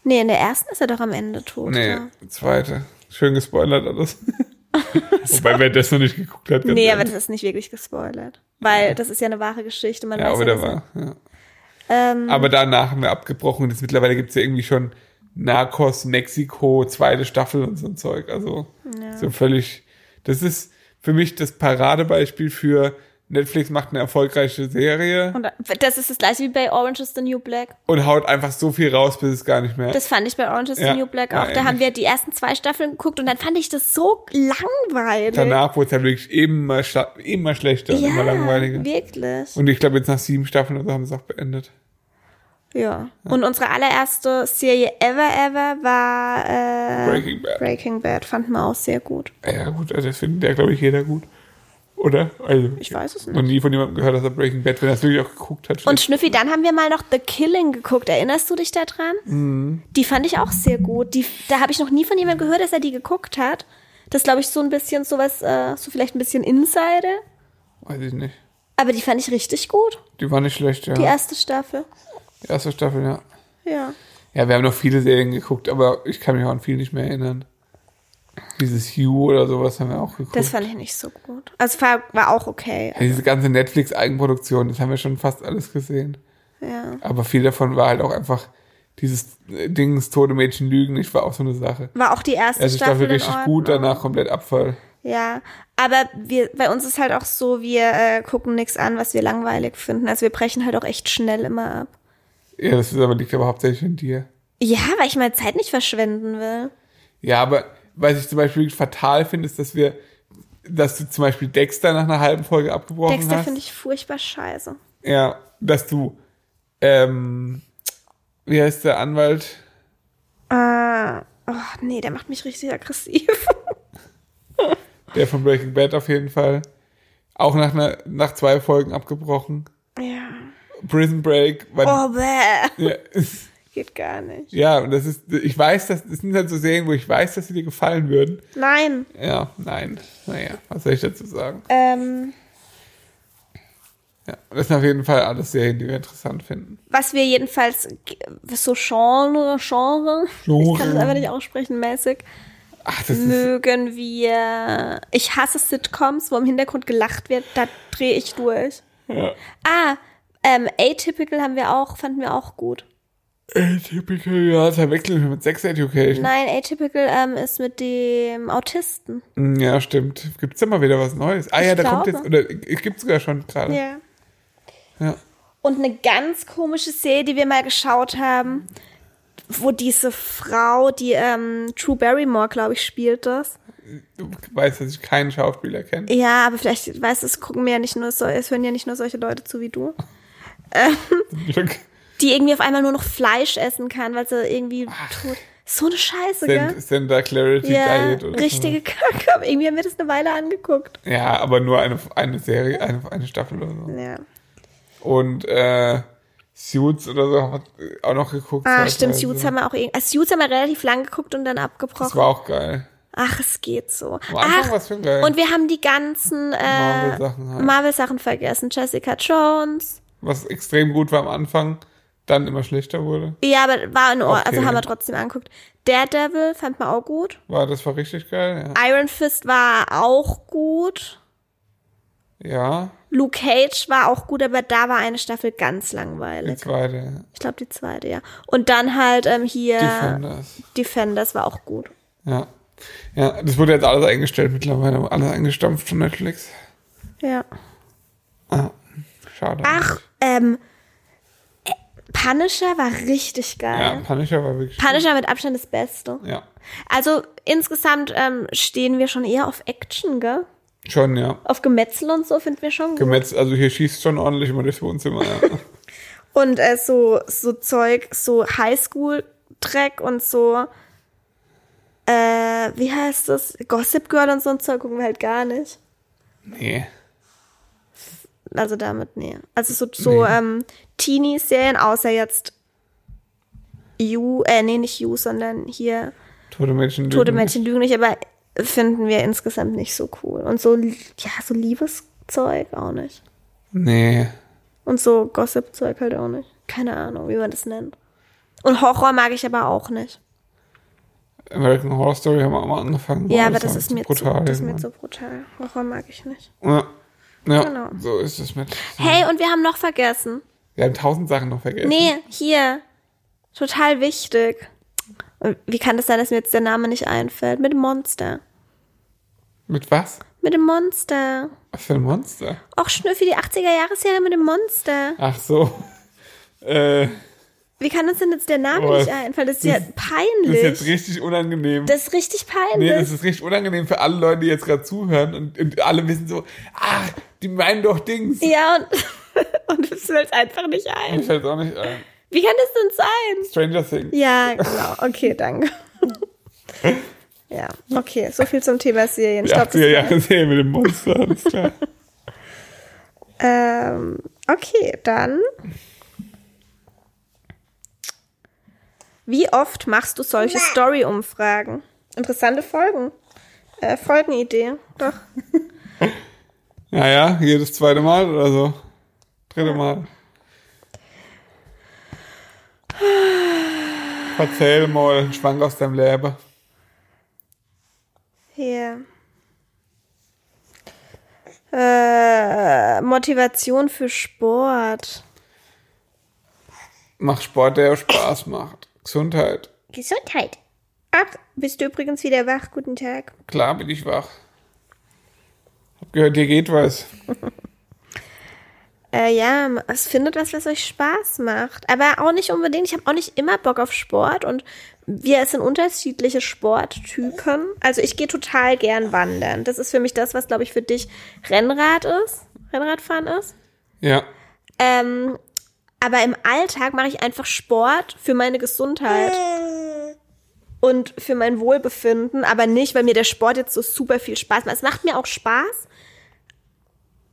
Speaker 1: Nee, in der ersten ist er doch am Ende tot.
Speaker 2: Nee,
Speaker 1: oder?
Speaker 2: zweite. Schön gespoilert alles. Wobei, wer das noch nicht geguckt hat, ganz
Speaker 1: Nee, aber
Speaker 2: ehrlich.
Speaker 1: das ist nicht wirklich gespoilert. Weil das ist ja eine wahre Geschichte. Man
Speaker 2: ja,
Speaker 1: weiß
Speaker 2: aber
Speaker 1: ja,
Speaker 2: da
Speaker 1: dass-
Speaker 2: war. Ja.
Speaker 1: Ähm,
Speaker 2: Aber danach haben wir abgebrochen und jetzt mittlerweile gibt's ja irgendwie schon Narcos, Mexiko, zweite Staffel und so ein Zeug. Also so völlig. Das ist für mich das Paradebeispiel für Netflix macht eine erfolgreiche Serie
Speaker 1: und das ist das gleiche wie bei Orange is the New Black.
Speaker 2: und haut einfach so viel raus, bis es gar nicht mehr.
Speaker 1: Das fand ich bei Orange is the
Speaker 2: Ja,
Speaker 1: New Black
Speaker 2: war
Speaker 1: auch. Da haben
Speaker 2: ähnlich.
Speaker 1: wir die ersten zwei Staffeln geguckt und dann fand ich das so langweilig.
Speaker 2: danach wurde es halt wirklich immer, schla- immer schlechter und
Speaker 1: ja,
Speaker 2: immer langweiliger.
Speaker 1: wirklich.
Speaker 2: Und ich glaube, jetzt nach sieben Staffeln oder so haben sie es auch beendet.
Speaker 1: Ja. Und unsere allererste Serie ever, ever war äh,
Speaker 2: Breaking Bad.
Speaker 1: Breaking Bad. Fand man auch sehr gut.
Speaker 2: Ja, gut, also das findet ja, glaube ich, jeder gut. Oder? Also,
Speaker 1: Ich weiß es
Speaker 2: noch
Speaker 1: nicht.
Speaker 2: nie von jemandem gehört, dass er Breaking Bad, wenn er es wirklich auch geguckt hat.
Speaker 1: Und Schnüffi, dann haben wir mal noch The Killing geguckt. Erinnerst du dich daran?
Speaker 2: Mhm.
Speaker 1: Die fand ich auch sehr gut. Die, da habe ich noch nie von jemandem gehört, dass er die geguckt hat. Das glaube ich so ein bisschen sowas, äh, so vielleicht ein bisschen Insider.
Speaker 2: Weiß ich nicht.
Speaker 1: Aber die fand ich richtig gut,
Speaker 2: Die war nicht schlecht, ja.
Speaker 1: die erste Staffel.
Speaker 2: Die erste Staffel, ja.
Speaker 1: Ja.
Speaker 2: Ja, wir haben noch viele Serien geguckt, aber ich kann mich auch an viel nicht mehr erinnern. Dieses Hugh oder sowas haben wir auch geguckt.
Speaker 1: Das fand ich nicht so gut. Also war, war auch okay.
Speaker 2: ja, diese ganze Netflix-Eigenproduktion, das haben wir schon fast alles gesehen.
Speaker 1: Ja.
Speaker 2: Aber viel davon war halt auch einfach dieses äh, Dings, tote Mädchen lügen, ich war auch so eine Sache.
Speaker 1: War auch die erste
Speaker 2: Erste Staffel
Speaker 1: Staffel in
Speaker 2: richtig gut,
Speaker 1: Ordnung.
Speaker 2: danach komplett Abfall.
Speaker 1: Ja, aber wir, bei uns ist halt auch so, wir äh, gucken nichts an, was wir langweilig finden. Also wir brechen halt auch echt schnell immer ab.
Speaker 2: Ja, das ist aber, liegt aber hauptsächlich an dir.
Speaker 1: Ja, weil ich meine Zeit nicht verschwenden will.
Speaker 2: Ja, aber was ich zum Beispiel fatal finde, ist, dass wir, dass du zum Beispiel Dexter nach einer halben Folge abgebrochen
Speaker 1: Dexter
Speaker 2: hast.
Speaker 1: finde ich furchtbar scheiße.
Speaker 2: Ja, dass du, ähm, wie heißt der Anwalt?
Speaker 1: Äh, oh, nee, der macht mich richtig aggressiv.
Speaker 2: Der von Breaking Bad auf jeden Fall. Auch nach, einer, nach zwei Folgen abgebrochen.
Speaker 1: ja.
Speaker 2: Prison Break. Weil,
Speaker 1: Oh, bäh.
Speaker 2: ja,
Speaker 1: Geht gar nicht.
Speaker 2: ja, und das ist, ich weiß, das, das sind halt so Serien, wo ich weiß, dass sie dir gefallen würden.
Speaker 1: Nein.
Speaker 2: Ja, nein. Naja, was soll ich dazu sagen?
Speaker 1: Ähm,
Speaker 2: Ja, das sind auf jeden Fall alles Serien, die wir interessant finden.
Speaker 1: was wir jedenfalls g- so Genre, Genre, ich kann das
Speaker 2: Genre.
Speaker 1: einfach nicht aussprechen, mäßig,
Speaker 2: Ach, das ist,
Speaker 1: mögen wir. Ich hasse Sitcoms, wo im Hintergrund gelacht wird, da drehe ich durch.
Speaker 2: ja.
Speaker 1: Ah, ähm, Atypical haben wir auch, fanden wir auch gut.
Speaker 2: Atypical, ja, das verwechseln wir mit Sex Education.
Speaker 1: Nein, Atypical ähm, ist mit dem Autisten.
Speaker 2: Hm, Ja, stimmt. Gibt's ja mal wieder was Neues. Ah
Speaker 1: Ich
Speaker 2: ja, da kommt
Speaker 1: glaube.
Speaker 2: jetzt, oder äh, gibt's sogar schon gerade.
Speaker 1: Ja.
Speaker 2: Ja.
Speaker 1: Und eine ganz komische Serie, die wir mal geschaut haben, wo diese Frau, die ähm, True Barrymore, glaube ich, spielt das.
Speaker 2: Du weißt, dass ich keinen Schauspieler kenne.
Speaker 1: Ja, aber vielleicht, weißt du, es gucken mir ja nicht nur so, es hören ja nicht nur solche Leute zu wie du.
Speaker 2: Zum Glück.
Speaker 1: Die irgendwie auf einmal nur noch Fleisch essen kann, weil sie irgendwie tot. So eine Scheiße,
Speaker 2: Send,
Speaker 1: gell?
Speaker 2: Sender Clarity
Speaker 1: Ja,
Speaker 2: Diet. Oder
Speaker 1: richtige Kacke. Aber irgendwie haben wir das eine Weile angeguckt.
Speaker 2: So. Ja, aber nur eine, eine Serie, eine, eine Staffel oder so.
Speaker 1: Ja.
Speaker 2: Und äh, Suits oder so haben wir auch noch geguckt.
Speaker 1: Ah, stimmt,
Speaker 2: zeitweise.
Speaker 1: Suits haben wir auch irgendwie. Also Suits haben wir relativ lang geguckt und dann
Speaker 2: Das war
Speaker 1: abgebrochen.
Speaker 2: auch geil.
Speaker 1: Ach, es geht so.
Speaker 2: Am Anfang
Speaker 1: Ach,
Speaker 2: war es schon geil.
Speaker 1: Und wir haben die ganzen äh,
Speaker 2: Marvel-Sachen halt.
Speaker 1: Marvel-Sachen vergessen. Jessica Jones.
Speaker 2: Was extrem gut war am Anfang, dann immer schlechter wurde.
Speaker 1: Ja, aber war in Ordnung. Also
Speaker 2: Okay.
Speaker 1: haben wir trotzdem angeguckt. Daredevil fand man auch gut.
Speaker 2: War, das war richtig geil.
Speaker 1: Iron Fist war auch gut.
Speaker 2: Ja, ja
Speaker 1: Luke Cage war auch gut, aber da war eine Staffel ganz
Speaker 2: die
Speaker 1: langweilig.
Speaker 2: zweite.
Speaker 1: Ich glaube, die zweite, ja. Und dann halt ähm, hier
Speaker 2: Defenders.
Speaker 1: Defenders war auch gut.
Speaker 2: Ja. Ja, das wurde jetzt alles eingestellt mittlerweile. Alles eingestampft von Netflix.
Speaker 1: Ja.
Speaker 2: Ah, schade.
Speaker 1: Ach, ähm, äh, Punisher war richtig
Speaker 2: Ja,
Speaker 1: geil.
Speaker 2: Punisher war wirklich.
Speaker 1: Punisher mit Abstand das Beste.
Speaker 2: ja.
Speaker 1: Also insgesamt ähm, stehen wir schon eher auf Action, gell?
Speaker 2: Schon, ja.
Speaker 1: Auf Gemetzel und so finden wir schon gut.
Speaker 2: Gemetz, also hier schießt schon ordentlich immer durchs Wohnzimmer. Ja.
Speaker 1: Und äh, so, so Zeug, so Highschool-Dreck und so, äh, wie heißt das? Gossip Girl und so ein Zeug gucken wir halt gar nicht.
Speaker 2: nee.
Speaker 1: Also damit, nee. Also so, so ähm, Teenie-Serien, außer jetzt You, äh, nee, nicht You, sondern hier
Speaker 2: Tote Menschen. lügen
Speaker 1: Tote
Speaker 2: nicht.
Speaker 1: Mädchen lügen nicht, aber finden wir insgesamt nicht so cool. Und so, ja, so Liebeszeug auch nicht.
Speaker 2: Nee.
Speaker 1: Und so Gossip-Zeug halt auch nicht. Keine Ahnung, wie man das nennt. Und Horror mag ich aber auch nicht.
Speaker 2: American Horror Story haben wir auch mal angefangen.
Speaker 1: ja,
Speaker 2: Boah,
Speaker 1: aber
Speaker 2: war
Speaker 1: das ist mir
Speaker 2: brutal,
Speaker 1: zu, das ist
Speaker 2: Mann.
Speaker 1: mir zu brutal. Horror mag ich nicht.
Speaker 2: Ja, ja
Speaker 1: Genau.
Speaker 2: so ist es mit.
Speaker 1: Hm. Hey, und wir haben noch vergessen.
Speaker 2: Wir haben tausend Sachen noch vergessen.
Speaker 1: Nee, hier. Total wichtig. Und Wie kann das sein, dass mir jetzt der Name nicht einfällt? Mit dem Monster.
Speaker 2: Mit was?
Speaker 1: Mit dem Monster.
Speaker 2: Was für ein Monster?
Speaker 1: Och, Schnüffi, die 80er-Jahresserie mit dem Monster.
Speaker 2: Ach so. Äh,
Speaker 1: Wie kann uns denn jetzt der Name
Speaker 2: Oh,
Speaker 1: nicht einfallen? Das ist ja
Speaker 2: das ist jetzt
Speaker 1: peinlich.
Speaker 2: richtig unangenehm.
Speaker 1: Das ist richtig
Speaker 2: Nee, das
Speaker 1: peinlich.
Speaker 2: ist richtig unangenehm für alle Leute, die jetzt gerade zuhören und, und alle wissen so, ah, die meinen doch Dings.
Speaker 1: Ja, und, und es fällt einfach nicht ein.
Speaker 2: Mir fällt auch nicht ein.
Speaker 1: Wie kann das denn sein?
Speaker 2: Stranger Things.
Speaker 1: Ja, genau. Okay, danke. ja, okay. So viel zum Thema Serien.
Speaker 2: Die
Speaker 1: Stopp.
Speaker 2: 80er Jahre Serie mit dem Monster, alles klar.
Speaker 1: Ähm, okay, dann. Wie oft machst du solche Story-Umfragen? Interessante Folgen. Äh, Folgenidee. Doch.
Speaker 2: Naja, jedes zweite Mal oder so. Dritte Mal. Erzähl mal einen Schwank aus deinem Leben.
Speaker 1: Hier. Äh, Motivation für Sport.
Speaker 2: Mach Sport, der Spaß macht. Gesundheit.
Speaker 1: Gesundheit. Ach, bist du übrigens wieder wach? Guten Tag.
Speaker 2: Klar bin ich wach. Gehört dir geht was.
Speaker 1: Äh, ja, es findet was, was euch Spaß macht. Aber auch nicht unbedingt. Ich habe auch nicht immer Bock auf Sport und wir sind unterschiedliche Sporttypen. Also ich gehe total gern wandern. Das ist für mich das, was, glaube ich, für dich Rennrad ist, Rennradfahren ist.
Speaker 2: Ja.
Speaker 1: Ähm, aber im Alltag mache ich einfach Sport für meine Gesundheit und für mein Wohlbefinden, aber nicht, weil mir der Sport jetzt so super viel Spaß macht. Es macht mir auch Spaß,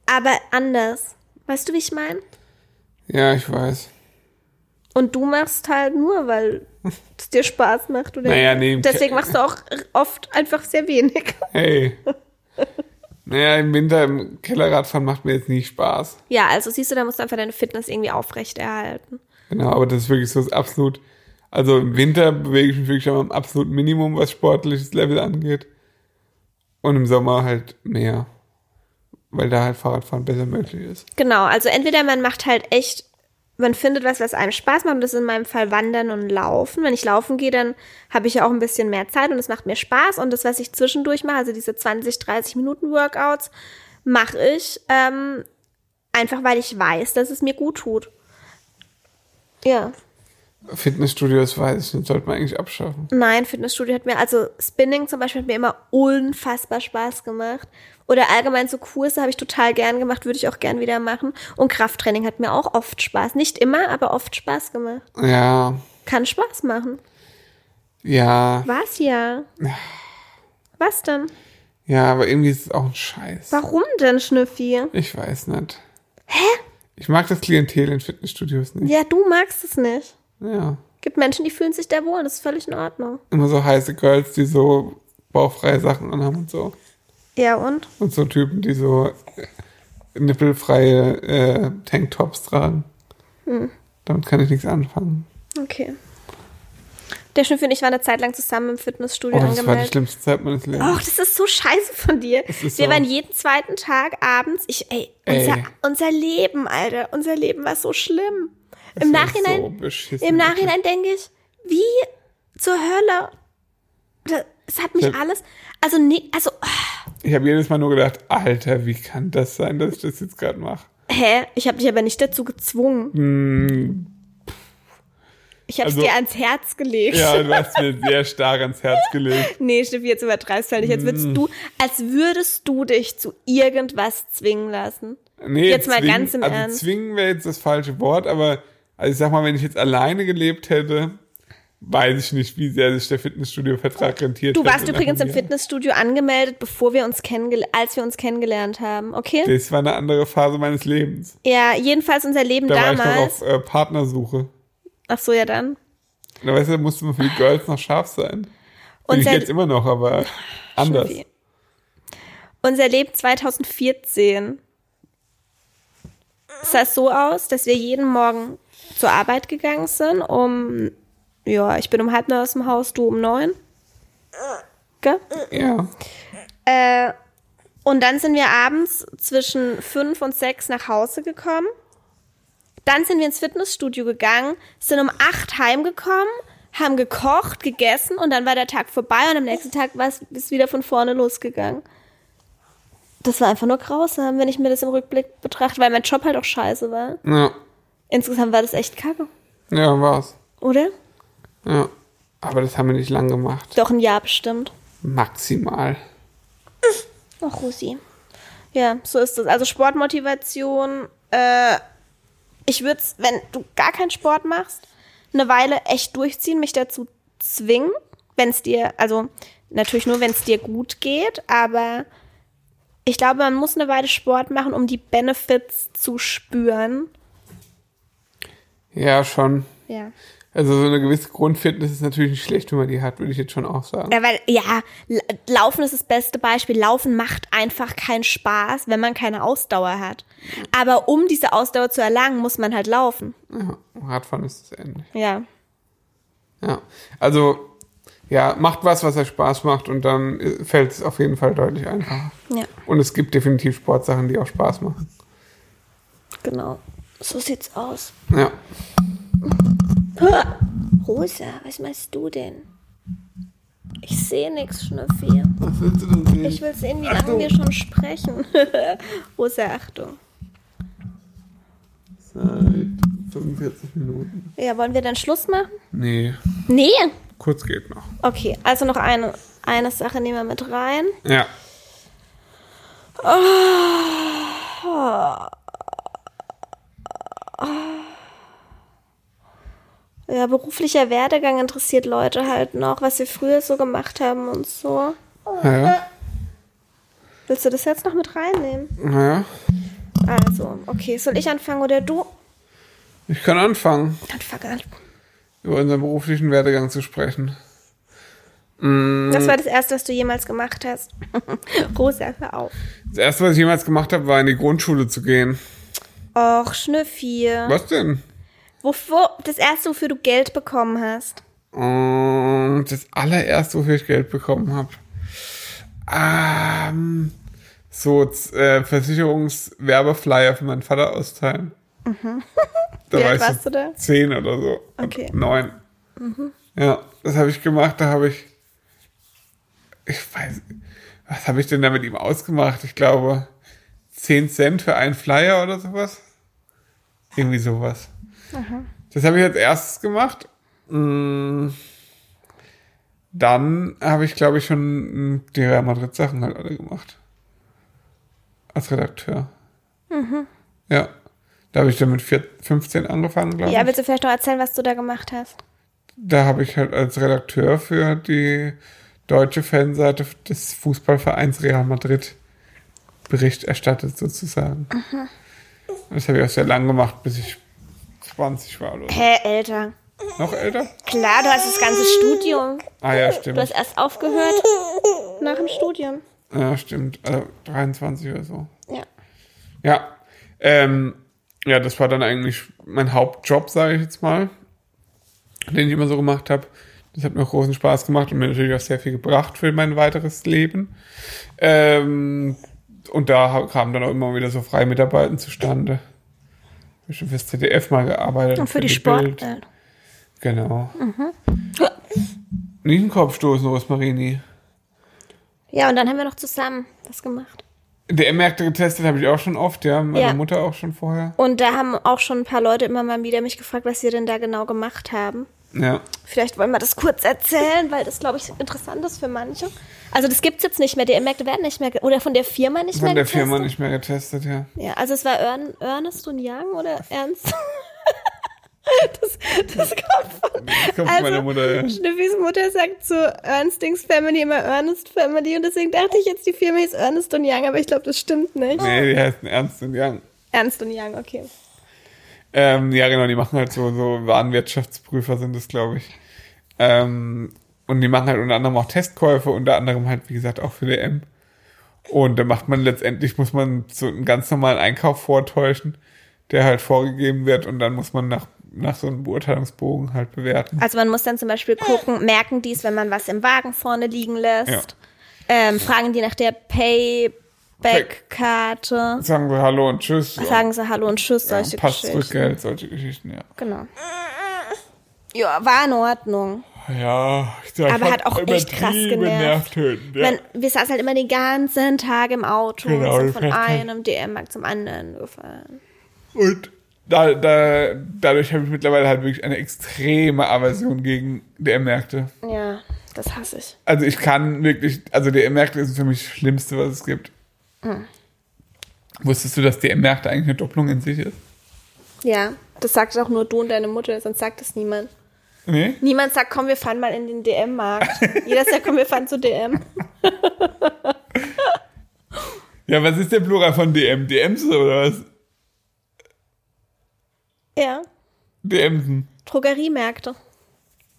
Speaker 1: aber anders. Weißt du, wie ich meine?
Speaker 2: Ja, ich weiß.
Speaker 1: Und du machst halt nur, weil es dir Spaß macht. Oder
Speaker 2: Naja, nee, im
Speaker 1: Deswegen machst du auch oft einfach sehr wenig.
Speaker 2: Hey. naja, im Winter im Kellerradfahren macht mir jetzt nie Spaß.
Speaker 1: Ja, also siehst du, da musst du einfach deine Fitness irgendwie aufrechterhalten.
Speaker 2: Genau, aber das ist wirklich so das absolut. Also im Winter bewege ich mich wirklich am absoluten Minimum, was sportliches Level angeht. Und im Sommer halt mehr. Weil da halt Fahrradfahren besser möglich ist.
Speaker 1: Genau, also entweder man macht halt echt, man findet was, was einem Spaß macht. Und das ist in meinem Fall Wandern und Laufen. Wenn ich laufen gehe, dann habe ich ja auch ein bisschen mehr Zeit und es macht mir Spaß. Und das, was ich zwischendurch mache, also diese 20, 30 Minuten Workouts, mache ich ähm, einfach, weil ich weiß, dass es mir gut tut. Ja.
Speaker 2: Fitnessstudios weiß ich nicht, sollte man eigentlich abschaffen.
Speaker 1: Nein, Fitnessstudio hat mir, also Spinning zum Beispiel hat mir immer unfassbar Spaß gemacht. Oder allgemein so Kurse habe ich total gern gemacht, würde ich auch gern wieder machen. Und Krafttraining hat mir auch oft Spaß. Nicht immer, aber oft Spaß gemacht.
Speaker 2: Ja,
Speaker 1: Kann Spaß machen.
Speaker 2: ja,
Speaker 1: Was ja? Was denn?
Speaker 2: ja, aber irgendwie ist es auch ein Scheiß.
Speaker 1: Warum denn, Schnüffi?
Speaker 2: Ich weiß nicht. Hä? Ich mag das Klientel in Fitnessstudios nicht.
Speaker 1: Ja, du magst es nicht.
Speaker 2: Ja.
Speaker 1: Gibt Menschen, die fühlen sich da wohl. Das ist völlig in Ordnung.
Speaker 2: Immer so heiße Girls, die so bauchfreie Sachen anhaben und so.
Speaker 1: Ja, und?
Speaker 2: Und so Typen, die so äh, nippelfreie äh, Tanktops tragen.
Speaker 1: Hm.
Speaker 2: Damit kann ich nichts anfangen.
Speaker 1: Okay. Der Schnüffi und ich waren eine Zeit lang zusammen im Fitnessstudio
Speaker 2: Oh, das war
Speaker 1: angemeldet. Oh,
Speaker 2: die schlimmste Zeit meines Lebens.
Speaker 1: Och, das ist so scheiße von dir.
Speaker 2: ist
Speaker 1: Wir
Speaker 2: so.
Speaker 1: waren jeden zweiten Tag abends. Ich, ey, unser,
Speaker 2: Ey.
Speaker 1: unser Leben, Alter, unser Leben war so schlimm.
Speaker 2: Das
Speaker 1: Im
Speaker 2: war
Speaker 1: Nachhinein,
Speaker 2: so beschissen,
Speaker 1: im
Speaker 2: wirklich.
Speaker 1: Nachhinein denke ich, wie zur Hölle. Das, es hat mich
Speaker 2: Ja.
Speaker 1: alles, also nee, also, ah,
Speaker 2: Ich habe jedes Mal nur gedacht, Alter, wie kann das sein, dass ich das jetzt gerade mache?
Speaker 1: hä? Ich habe dich aber nicht dazu gezwungen.
Speaker 2: Hm,
Speaker 1: Ich habe es
Speaker 2: Also-
Speaker 1: dir ans Herz gelegt.
Speaker 2: ja, du hast mir sehr stark ans Herz gelegt.
Speaker 1: Nee, Steffi, jetzt übertreibst du halt nicht. Jetzt
Speaker 2: Hm.
Speaker 1: würdest du, als würdest du dich zu irgendwas zwingen lassen.
Speaker 2: Nee,
Speaker 1: Jetzt mal ganz im
Speaker 2: also
Speaker 1: Ernst.
Speaker 2: zwingen wäre jetzt das falsche Wort, aber also ich sag mal, wenn ich jetzt alleine gelebt hätte, weiß ich nicht, wie sehr sich der Fitnessstudio-Vertrag rentiert
Speaker 1: Oh, Du
Speaker 2: hätte
Speaker 1: warst
Speaker 2: nach
Speaker 1: übrigens im
Speaker 2: einem Jahr.
Speaker 1: Fitnessstudio angemeldet, bevor wir uns kennengel- als wir uns kennengelernt haben, okay?
Speaker 2: Das war eine andere Phase meines Lebens.
Speaker 1: Ja, jedenfalls unser Leben
Speaker 2: Da war ich noch
Speaker 1: damals.
Speaker 2: auf äh, Partnersuche.
Speaker 1: Ach so, ja dann.
Speaker 2: Da weißt du, da musste man für die Girls noch scharf sein. Bin ich
Speaker 1: seit-
Speaker 2: jetzt immer noch, aber anders.
Speaker 1: Schnüffi. Unser Leben 2014 sah so aus, dass wir jeden Morgen zur Arbeit gegangen sind. Um, ja, ich bin um halb neun aus dem Haus, du um neun. Gell?
Speaker 2: Ja.
Speaker 1: Äh, und dann sind wir abends zwischen fünf und sechs nach Hause gekommen. Dann sind wir ins Fitnessstudio gegangen, sind um acht heimgekommen, haben gekocht, gegessen und dann war der Tag vorbei und am nächsten Tag war es ist wieder von vorne losgegangen. Das war einfach nur grausam, wenn ich mir das im Rückblick betrachte, weil mein Job halt auch scheiße war.
Speaker 2: Ja,
Speaker 1: Insgesamt war das echt kacke,
Speaker 2: ja war's.
Speaker 1: oder?
Speaker 2: Ja. Aber das haben wir nicht lang gemacht.
Speaker 1: Doch ein Jahr bestimmt.
Speaker 2: Maximal.
Speaker 1: Ach, Rosi. Ja, so ist es. Also Sportmotivation, äh, ich würde es, wenn du gar keinen Sport machst, eine Weile echt durchziehen, mich dazu zwingen, wenn es dir, also natürlich nur, wenn es dir gut geht, aber ich glaube, man muss eine Weile Sport machen, um die Benefits zu spüren.
Speaker 2: Ja, schon.
Speaker 1: Ja.
Speaker 2: Also so eine gewisse Grundfitness ist natürlich nicht schlecht, wenn man die hat, würde ich jetzt schon auch sagen.
Speaker 1: Ja, weil, ja, L- Laufen ist das beste Beispiel. Laufen macht einfach keinen Spaß, wenn man keine Ausdauer hat. Aber um diese Ausdauer zu erlangen, muss man halt laufen.
Speaker 2: Ja. Radfahren ist das ähnlich.
Speaker 1: Ja.
Speaker 2: Ja. Also, ja, macht was, was euch Spaß macht und dann äh, fällt es auf jeden Fall deutlich einfacher.
Speaker 1: Ja,
Speaker 2: Und es gibt definitiv Sportsachen, die auch Spaß machen.
Speaker 1: genau. So sieht's aus.
Speaker 2: Ja.
Speaker 1: Rosa, was machst du denn? Ich sehe nichts, Schnüffi.
Speaker 2: Was willst du denn sehen?
Speaker 1: Ich will sehen, wie lange
Speaker 2: Achtung.
Speaker 1: wir schon sprechen. Große Achtung.
Speaker 2: Seit 45 Minuten.
Speaker 1: Ja, wollen wir dann Schluss machen?
Speaker 2: Nee,
Speaker 1: Nee.
Speaker 2: kurz geht noch.
Speaker 1: Okay, also noch eine, eine Sache nehmen wir mit rein.
Speaker 2: Ja.
Speaker 1: Ja, beruflicher Werdegang interessiert Leute halt noch, was wir früher so gemacht haben und so.
Speaker 2: Ja.
Speaker 1: Willst du das jetzt noch mit reinnehmen?
Speaker 2: ja.
Speaker 1: Also, okay, soll ich anfangen oder du?
Speaker 2: Ich kann anfangen,
Speaker 1: Dann fang an.
Speaker 2: über unseren beruflichen Werdegang zu sprechen.
Speaker 1: Das war das erste, was du jemals gemacht hast. Rosa, hör auf.
Speaker 2: Das erste, was ich jemals gemacht habe, war in die Grundschule zu gehen.
Speaker 1: Och, Schnüffi.
Speaker 2: Was denn?
Speaker 1: Wofür, das erste, wofür du Geld bekommen hast.
Speaker 2: Und das allererste, wofür ich Geld bekommen habe. Ähm, so z- äh, Versicherungswerbeflyer für meinen Vater austeilen. Da
Speaker 1: Mhm. Wie
Speaker 2: war
Speaker 1: alt
Speaker 2: ich so
Speaker 1: warst du da?
Speaker 2: Zehn oder so.
Speaker 1: Okay. Mhm.
Speaker 2: Neun. Ja, das habe ich gemacht. Da habe ich. Ich weiß. Was habe ich denn da mit ihm ausgemacht? Ich glaube, 10 Cent für einen Flyer oder sowas. Irgendwie sowas. Das habe ich als erstes gemacht. Mm. Dann habe ich, glaube ich, schon mm, die Real Madrid Sachen halt alle gemacht. Als Redakteur. Ja. Da habe ich dann mit vier, 15 angefangen, glaube ich
Speaker 1: Ja, willst du vielleicht noch erzählen, was du da gemacht hast?
Speaker 2: da habe ich halt als Redakteur für die deutsche Fanseite des Fußballvereins Real Madrid Bericht erstattet, sozusagen. Das habe ich auch sehr lang gemacht, bis ich 20 war oder so.
Speaker 1: Hä, älter.
Speaker 2: noch älter.
Speaker 1: Klar, du hast das ganze Studium.
Speaker 2: Ah
Speaker 1: Du
Speaker 2: ja,
Speaker 1: hast
Speaker 2: stimmt.
Speaker 1: erst aufgehört nach dem Studium.
Speaker 2: Ja, stimmt. Also 23 oder so.
Speaker 1: Ja.
Speaker 2: Ja. Ähm, ja, das war dann eigentlich mein Hauptjob, sage ich jetzt mal, den ich immer so gemacht habe. Das hat mir auch großen Spaß gemacht und mir natürlich auch sehr viel gebracht für mein weiteres Leben. Ähm, und da ha- kamen dann auch immer wieder so freie Mitarbeiten zustande. Hab Ich habe fürs ZDF mal gearbeitet.
Speaker 1: Und für die Mhm.
Speaker 2: Bild.
Speaker 1: Sportwelt.
Speaker 2: Genau. Nicht den Kopf stoßen, Rosmarini.
Speaker 1: Ja, und dann haben wir noch zusammen was gemacht.
Speaker 2: DM-Märkte getestet habe ich auch schon oft, ja. Meine
Speaker 1: Ja.
Speaker 2: Mutter auch schon vorher.
Speaker 1: Und da haben auch schon ein paar Leute immer mal wieder mich gefragt, was wir denn da genau gemacht haben.
Speaker 2: Ja.
Speaker 1: Vielleicht wollen wir das kurz erzählen, weil das, glaube ich, interessant ist für manche. Also das gibt's jetzt nicht mehr. Die Märkte werden nicht mehr, ge- oder von der Firma nicht mehr
Speaker 2: Von der
Speaker 1: getestet.
Speaker 2: Firma nicht mehr getestet, ja.
Speaker 1: Ja, also es war Ern, Ernest und Young oder Ernst? das, das kommt von...
Speaker 2: Das kommt
Speaker 1: Also,
Speaker 2: von meiner Mutter, ja.
Speaker 1: Schnüffis Mutter sagt zu Ernstings Family immer Ernest Family und deswegen dachte ich jetzt, die Firma hieß Ernest und Young, aber ich glaube, das stimmt nicht.
Speaker 2: Nee, die heißen Ernst und Young.
Speaker 1: Ernst und Young, okay.
Speaker 2: Ähm, ja, genau, die machen halt so, so Warenwirtschaftsprüfer sind das, glaube ich. Ähm, und die machen halt unter anderem auch Testkäufe, unter anderem halt, wie gesagt, auch für DM. Und da macht man letztendlich, muss man so einen ganz normalen Einkauf vortäuschen, der halt vorgegeben wird und dann muss man nach, nach so einem Beurteilungsbogen halt bewerten.
Speaker 1: Also man muss dann zum Beispiel gucken, merken die es, wenn man was im Wagen vorne liegen lässt.
Speaker 2: Ja.
Speaker 1: Ähm, fragen die nach der Payback-Karte.
Speaker 2: Sagen wir Hallo und Tschüss.
Speaker 1: Sagen sie Hallo und Tschüss,
Speaker 2: ja,
Speaker 1: solche
Speaker 2: passt zurück,
Speaker 1: Geschichten.
Speaker 2: Geld, solche Geschichten, ja.
Speaker 1: Genau. Ja, war in Ordnung.
Speaker 2: Ja, ich sag,
Speaker 1: Aber
Speaker 2: schon
Speaker 1: hat auch echt krass
Speaker 2: übertrieben
Speaker 1: genervt.
Speaker 2: nervtötend, ja.
Speaker 1: Man, wir saßen halt immer den ganzen Tag im Auto
Speaker 2: Genau,
Speaker 1: und sind von
Speaker 2: das heißt,
Speaker 1: einem DM-Markt zum anderen gefallen.
Speaker 2: Und da, da, dadurch habe ich mittlerweile halt wirklich eine extreme Aversion gegen DM-Märkte.
Speaker 1: Ja, das hasse ich.
Speaker 2: Also ich kann wirklich, also DM-Märkte ist für mich das Schlimmste, was es gibt.
Speaker 1: Hm.
Speaker 2: Wusstest du, dass DM-Märkte eigentlich eine Doppelung in sich ist?
Speaker 1: Ja, das sagt auch nur du und deine Mutter, sonst sagt es niemand.
Speaker 2: Nee?
Speaker 1: Niemand sagt, komm, wir fahren mal in den DM-Markt. Jeder sagt, komm, wir fahren zu DM.
Speaker 2: Ja, was ist der Plural von DM? DMs oder was?
Speaker 1: Ja,
Speaker 2: DMsen.
Speaker 1: Drogeriemärkte.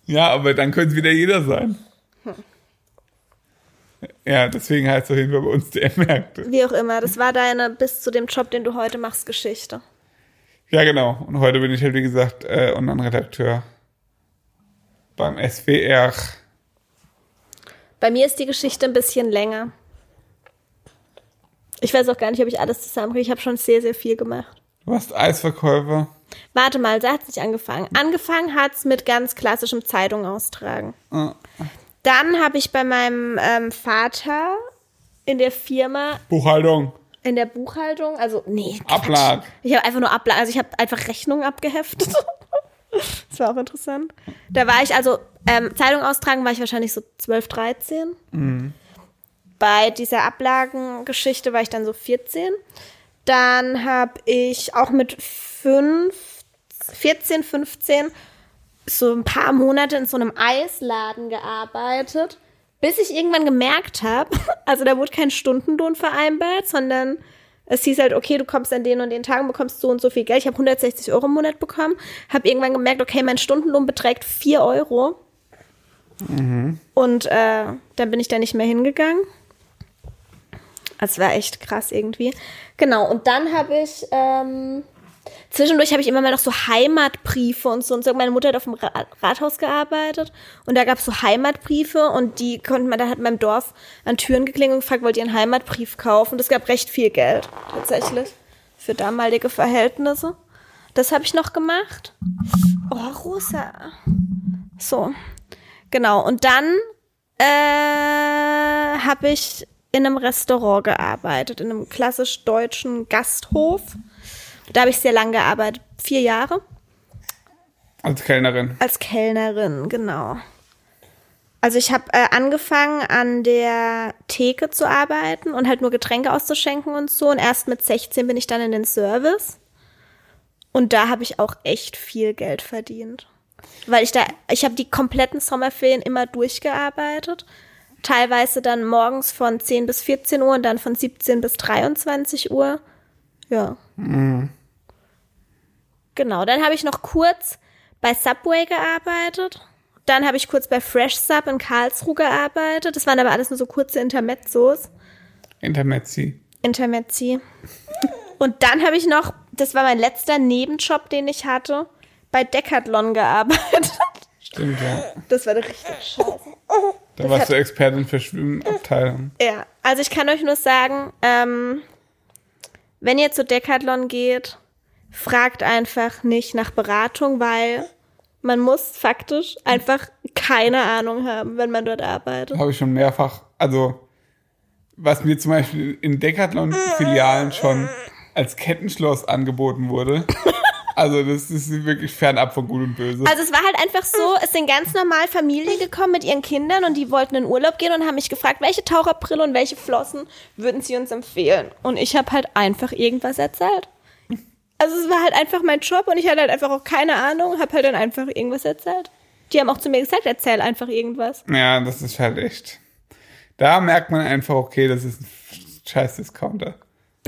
Speaker 2: Ja, aber dann könnte es wieder jeder sein.
Speaker 1: Hm.
Speaker 2: Ja, deswegen heißt es auf jeden Fall bei uns DM-Märkte.
Speaker 1: Wie auch immer, das war deine bis zu dem Job, den du heute machst, Geschichte.
Speaker 2: Ja, genau. Und heute bin ich halt, wie gesagt, äh, Online-Redakteur beim SWR.
Speaker 1: Bei mir ist die Geschichte ein bisschen länger. Ich weiß auch gar nicht, ob ich alles zusammenkriege. Ich habe schon sehr, sehr viel gemacht.
Speaker 2: Du warst Eisverkäufer.
Speaker 1: Warte mal, da hat es nicht angefangen. Angefangen hat es mit ganz klassischem Zeitung austragen.
Speaker 2: Ah,
Speaker 1: Dann habe ich bei meinem ähm, Vater in der Firma,
Speaker 2: Buchhaltung.
Speaker 1: in der Buchhaltung, also nee, Quatsch.
Speaker 2: Ablag.
Speaker 1: Ich habe einfach nur Ablag, also ich habe einfach Rechnungen abgeheftet. das war auch interessant. Da war ich also, ähm, Zeitung austragen war ich wahrscheinlich so 12, 13. Bei dieser Ablagengeschichte war ich dann so 14. Dann habe ich auch mit 5, 14, 15 so ein paar Monate in so einem Eisladen gearbeitet, bis ich irgendwann gemerkt habe, also da wurde kein Stundenlohn vereinbart, sondern es hieß halt, okay, du kommst an den und den Tagen, bekommst so und so viel Geld. Ich habe 160 Euro im Monat bekommen, habe irgendwann gemerkt, okay, mein Stundenlohn beträgt 4 Euro. Und äh, dann bin ich da nicht mehr hingegangen. Das war echt krass irgendwie. Genau, und dann habe ich, ähm, zwischendurch habe ich immer mal noch so Heimatbriefe und so und so. Meine Mutter hat auf dem Ra Rathaus gearbeitet und da gab es so Heimatbriefe und die konnte man, da hat in meinem Dorf an Türen geklingelt und gefragt, wollt ihr einen Heimatbrief kaufen? Und es gab recht viel Geld, tatsächlich, für damalige Verhältnisse. Das habe ich noch gemacht. Oh, Rosa. So, genau. Und dann äh, habe ich in einem Restaurant gearbeitet, in einem klassisch deutschen Gasthof. Da habe ich sehr lange gearbeitet, vier Jahre,
Speaker 2: Als Kellnerin.
Speaker 1: als Kellnerin, genau. Also ich habe äh, angefangen, an der Theke zu arbeiten und halt nur Getränke auszuschenken und so. Und erst mit 16 bin ich dann in den Service. Und da habe ich auch echt viel Geld verdient. Weil ich da, ich habe die kompletten Sommerferien immer durchgearbeitet. Teilweise dann morgens von 10 bis 14 Uhr und dann von 17 bis 23 Uhr. Ja. Genau, dann habe ich noch kurz bei Subway gearbeitet. Dann habe ich kurz bei Fresh Sub in Karlsruhe gearbeitet. Das waren aber alles nur so kurze Intermezzos.
Speaker 2: Intermezzi.
Speaker 1: Intermezzi. Und dann habe ich noch, das war mein letzter Nebenjob, den ich hatte, bei Decathlon gearbeitet.
Speaker 2: Stimmt, ja.
Speaker 1: Das war richtig scheiße.
Speaker 2: Da warst du Expertin für Schwimmabteilung.
Speaker 1: Ja, also ich kann euch nur sagen, ähm, wenn ihr zu Decathlon geht, fragt einfach nicht nach Beratung, weil man muss faktisch einfach keine Ahnung haben, wenn man dort arbeitet.
Speaker 2: Habe ich schon mehrfach, also was mir zum Beispiel in Decathlon-Filialen schon als Kettenschloss angeboten wurde. Also das ist wirklich fernab von Gut und Böse.
Speaker 1: Also es war halt einfach so, es sind ganz normal Familien gekommen mit ihren Kindern und die wollten in Urlaub gehen und haben mich gefragt, welche Taucherbrille und welche Flossen würden sie uns empfehlen? Und ich habe halt einfach irgendwas erzählt. Also es war halt einfach mein Job und ich hatte halt einfach auch keine Ahnung, habe halt dann einfach irgendwas erzählt. Die haben auch zu mir gesagt, erzähl einfach irgendwas.
Speaker 2: Ja, das ist halt echt. Da merkt man einfach, okay, das ist ein scheiß Discounter.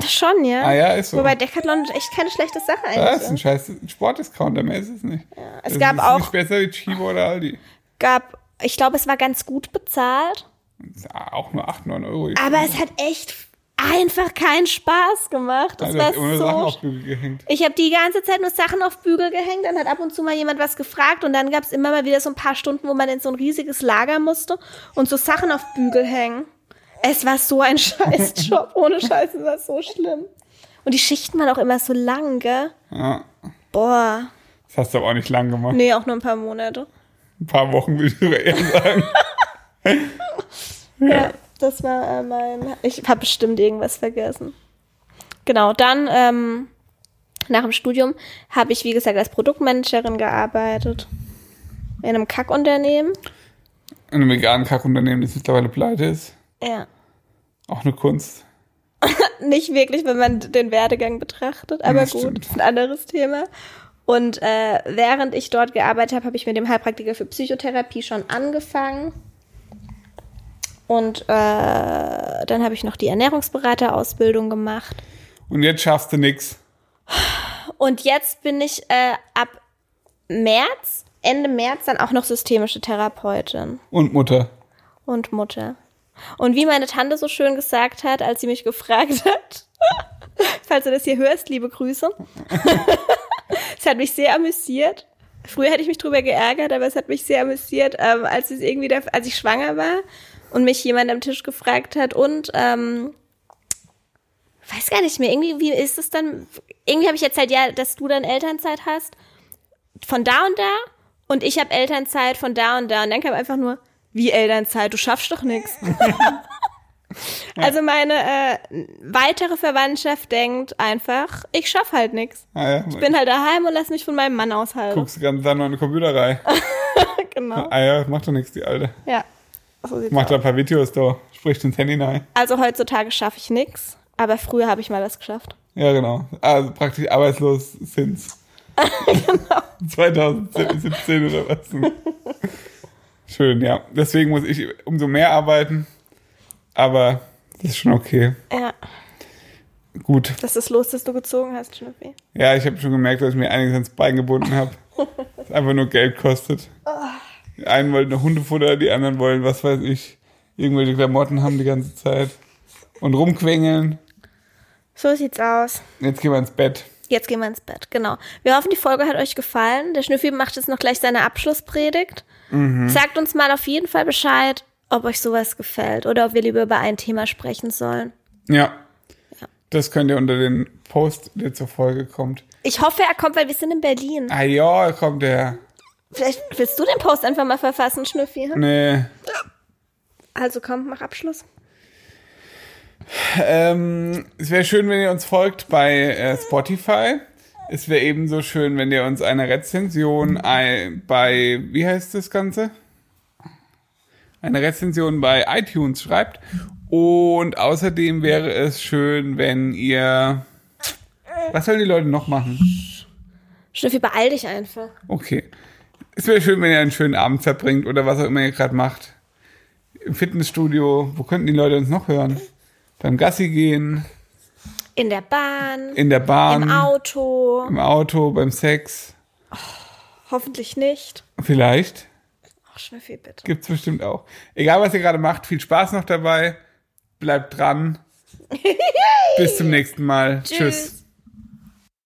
Speaker 1: Schon, ja.
Speaker 2: Ah ja, ist so.
Speaker 1: Wobei Decathlon echt keine schlechte Sache
Speaker 2: Das ist
Speaker 1: eigentlich
Speaker 2: ein
Speaker 1: ist.
Speaker 2: scheiß Sportdiscounter, mehr ist es nicht.
Speaker 1: es
Speaker 2: das
Speaker 1: gab
Speaker 2: ist
Speaker 1: auch-
Speaker 2: nicht besser wie Chibo oder Aldi.
Speaker 1: Gab, ich glaube, es war ganz gut bezahlt,
Speaker 2: Das ist auch nur 8, 9 Euro.
Speaker 1: aber es hat echt einfach keinen Spaß gemacht. Das
Speaker 2: Alter,
Speaker 1: war
Speaker 2: ist Also, ohne
Speaker 1: so
Speaker 2: Sachen auf Bügel gehängt.
Speaker 1: Ich habe die ganze Zeit nur Sachen auf Bügel gehängt, dann hat ab und zu mal jemand was gefragt und dann gab es immer mal wieder so ein paar Stunden, wo man in so ein riesiges Lager musste und so Sachen auf Bügel hängen. Es war so ein Scheißjob, ohne Scheiß, es war so schlimm. Und die Schichten waren auch immer so lang, gell?
Speaker 2: Ja.
Speaker 1: Boah,
Speaker 2: Das hast du aber auch nicht lang gemacht.
Speaker 1: nee, auch nur ein paar Monate.
Speaker 2: Ein paar Wochen würde ich sogar eher sagen.
Speaker 1: Ja, das war äh, mein. Ich habe bestimmt irgendwas vergessen. Genau, dann ähm, nach dem Studium habe ich, wie gesagt, als Produktmanagerin gearbeitet. In einem Kackunternehmen.
Speaker 2: In einem veganen Kackunternehmen, das mittlerweile pleite ist.
Speaker 1: Ja.
Speaker 2: Auch eine Kunst.
Speaker 1: Nicht wirklich, wenn man den Werdegang betrachtet, aber
Speaker 2: das
Speaker 1: gut,
Speaker 2: stimmt.
Speaker 1: ist ein anderes Thema. Und äh, während ich dort gearbeitet habe, habe ich mit dem Heilpraktiker für Psychotherapie schon angefangen. Und äh, dann habe ich noch die Ernährungsberaterausbildung gemacht.
Speaker 2: Und jetzt schaffst du nix.
Speaker 1: Und jetzt bin ich äh, ab März, Ende März, dann auch noch systemische Therapeutin
Speaker 2: Und Mutter.
Speaker 1: und Mutter. Und wie meine Tante so schön gesagt hat, als sie mich gefragt hat, falls du das hier hörst, liebe Grüße. es hat mich sehr amüsiert. Früher hätte ich mich drüber geärgert, aber es hat mich sehr amüsiert, ähm, als es irgendwie, da, als ich schwanger war und mich jemand am Tisch gefragt hat und ähm, weiß gar nicht mehr, irgendwie, wie ist es dann? Irgendwie habe ich jetzt halt, ja, dass du dann Elternzeit hast, von da und da und ich habe Elternzeit von da und da. Und dann kam einfach nur, Wie Elternzeit? Du schaffst doch nichts. Also meine äh, weitere Verwandtschaft denkt einfach, ich schaff halt nichts.
Speaker 2: Ah, ja.
Speaker 1: Ich bin halt daheim und lass mich von meinem Mann aushalten.
Speaker 2: Guckst du ganz dann mal in den Computer rein.
Speaker 1: Genau.
Speaker 2: Ah ja, macht doch nichts, die Alte.
Speaker 1: Ja. So sieht's
Speaker 2: Macht
Speaker 1: aus.
Speaker 2: da ein paar Videos da, spricht ins Handy rein.
Speaker 1: Also heutzutage schaffe ich nichts, aber früher habe ich mal was geschafft.
Speaker 2: Ja, genau. Also praktisch arbeitslos sind's. genau. 2017 oder was. Schön, ja. Deswegen muss ich umso mehr arbeiten. Aber das ist schon okay.
Speaker 1: Ja.
Speaker 2: Gut.
Speaker 1: Das ist los, das du gezogen hast, Schnüffi.
Speaker 2: Ja, ich habe schon gemerkt, dass ich mir einiges ans Bein gebunden habe. Das einfach nur Geld kostet. Die einen wollen eine Hundefutter, die anderen wollen, was weiß ich, irgendwelche Klamotten haben die ganze Zeit. Und rumquengeln.
Speaker 1: So sieht's aus.
Speaker 2: Jetzt gehen wir ins Bett.
Speaker 1: Jetzt gehen wir ins Bett, genau. Wir hoffen, die Folge hat euch gefallen. Der Schnüffi macht jetzt noch gleich seine Abschlusspredigt.
Speaker 2: Mhm.
Speaker 1: Sagt uns mal auf jeden Fall Bescheid, ob euch sowas gefällt oder ob wir lieber über ein Thema sprechen sollen.
Speaker 2: Ja. Das könnt ihr unter den Post, der zur Folge kommt.
Speaker 1: Ich hoffe, er kommt, weil wir sind in Berlin.
Speaker 2: Ah ja, da kommt der.
Speaker 1: Vielleicht willst du den Post einfach mal verfassen, Schnüffi. hm?
Speaker 2: Nee.
Speaker 1: Also komm, mach Abschluss.
Speaker 2: Ähm, es wäre schön, wenn ihr uns folgt bei äh, Spotify. Es wäre ebenso schön, wenn ihr uns eine Rezension ei- bei, wie heißt das Ganze? Eine Rezension bei iTunes schreibt. Und außerdem wäre es schön, wenn ihr. Was sollen die Leute noch machen?
Speaker 1: Schnüffi, beeil dich einfach.
Speaker 2: Okay. Es wäre schön, wenn ihr einen schönen Abend verbringt oder was auch immer ihr gerade macht. Im Fitnessstudio. Wo könnten die Leute uns noch hören? Beim Gassi gehen,
Speaker 1: In der Bahn,
Speaker 2: in der Bahn,
Speaker 1: im Auto,
Speaker 2: im Auto, beim Sex.
Speaker 1: hoffentlich nicht.
Speaker 2: Vielleicht.
Speaker 1: Ach, Schnüffi, bitte.
Speaker 2: Gibt's bestimmt auch. Egal, was ihr gerade macht, viel Spaß noch dabei. Bleibt dran. Bis zum nächsten Mal. Tschüss.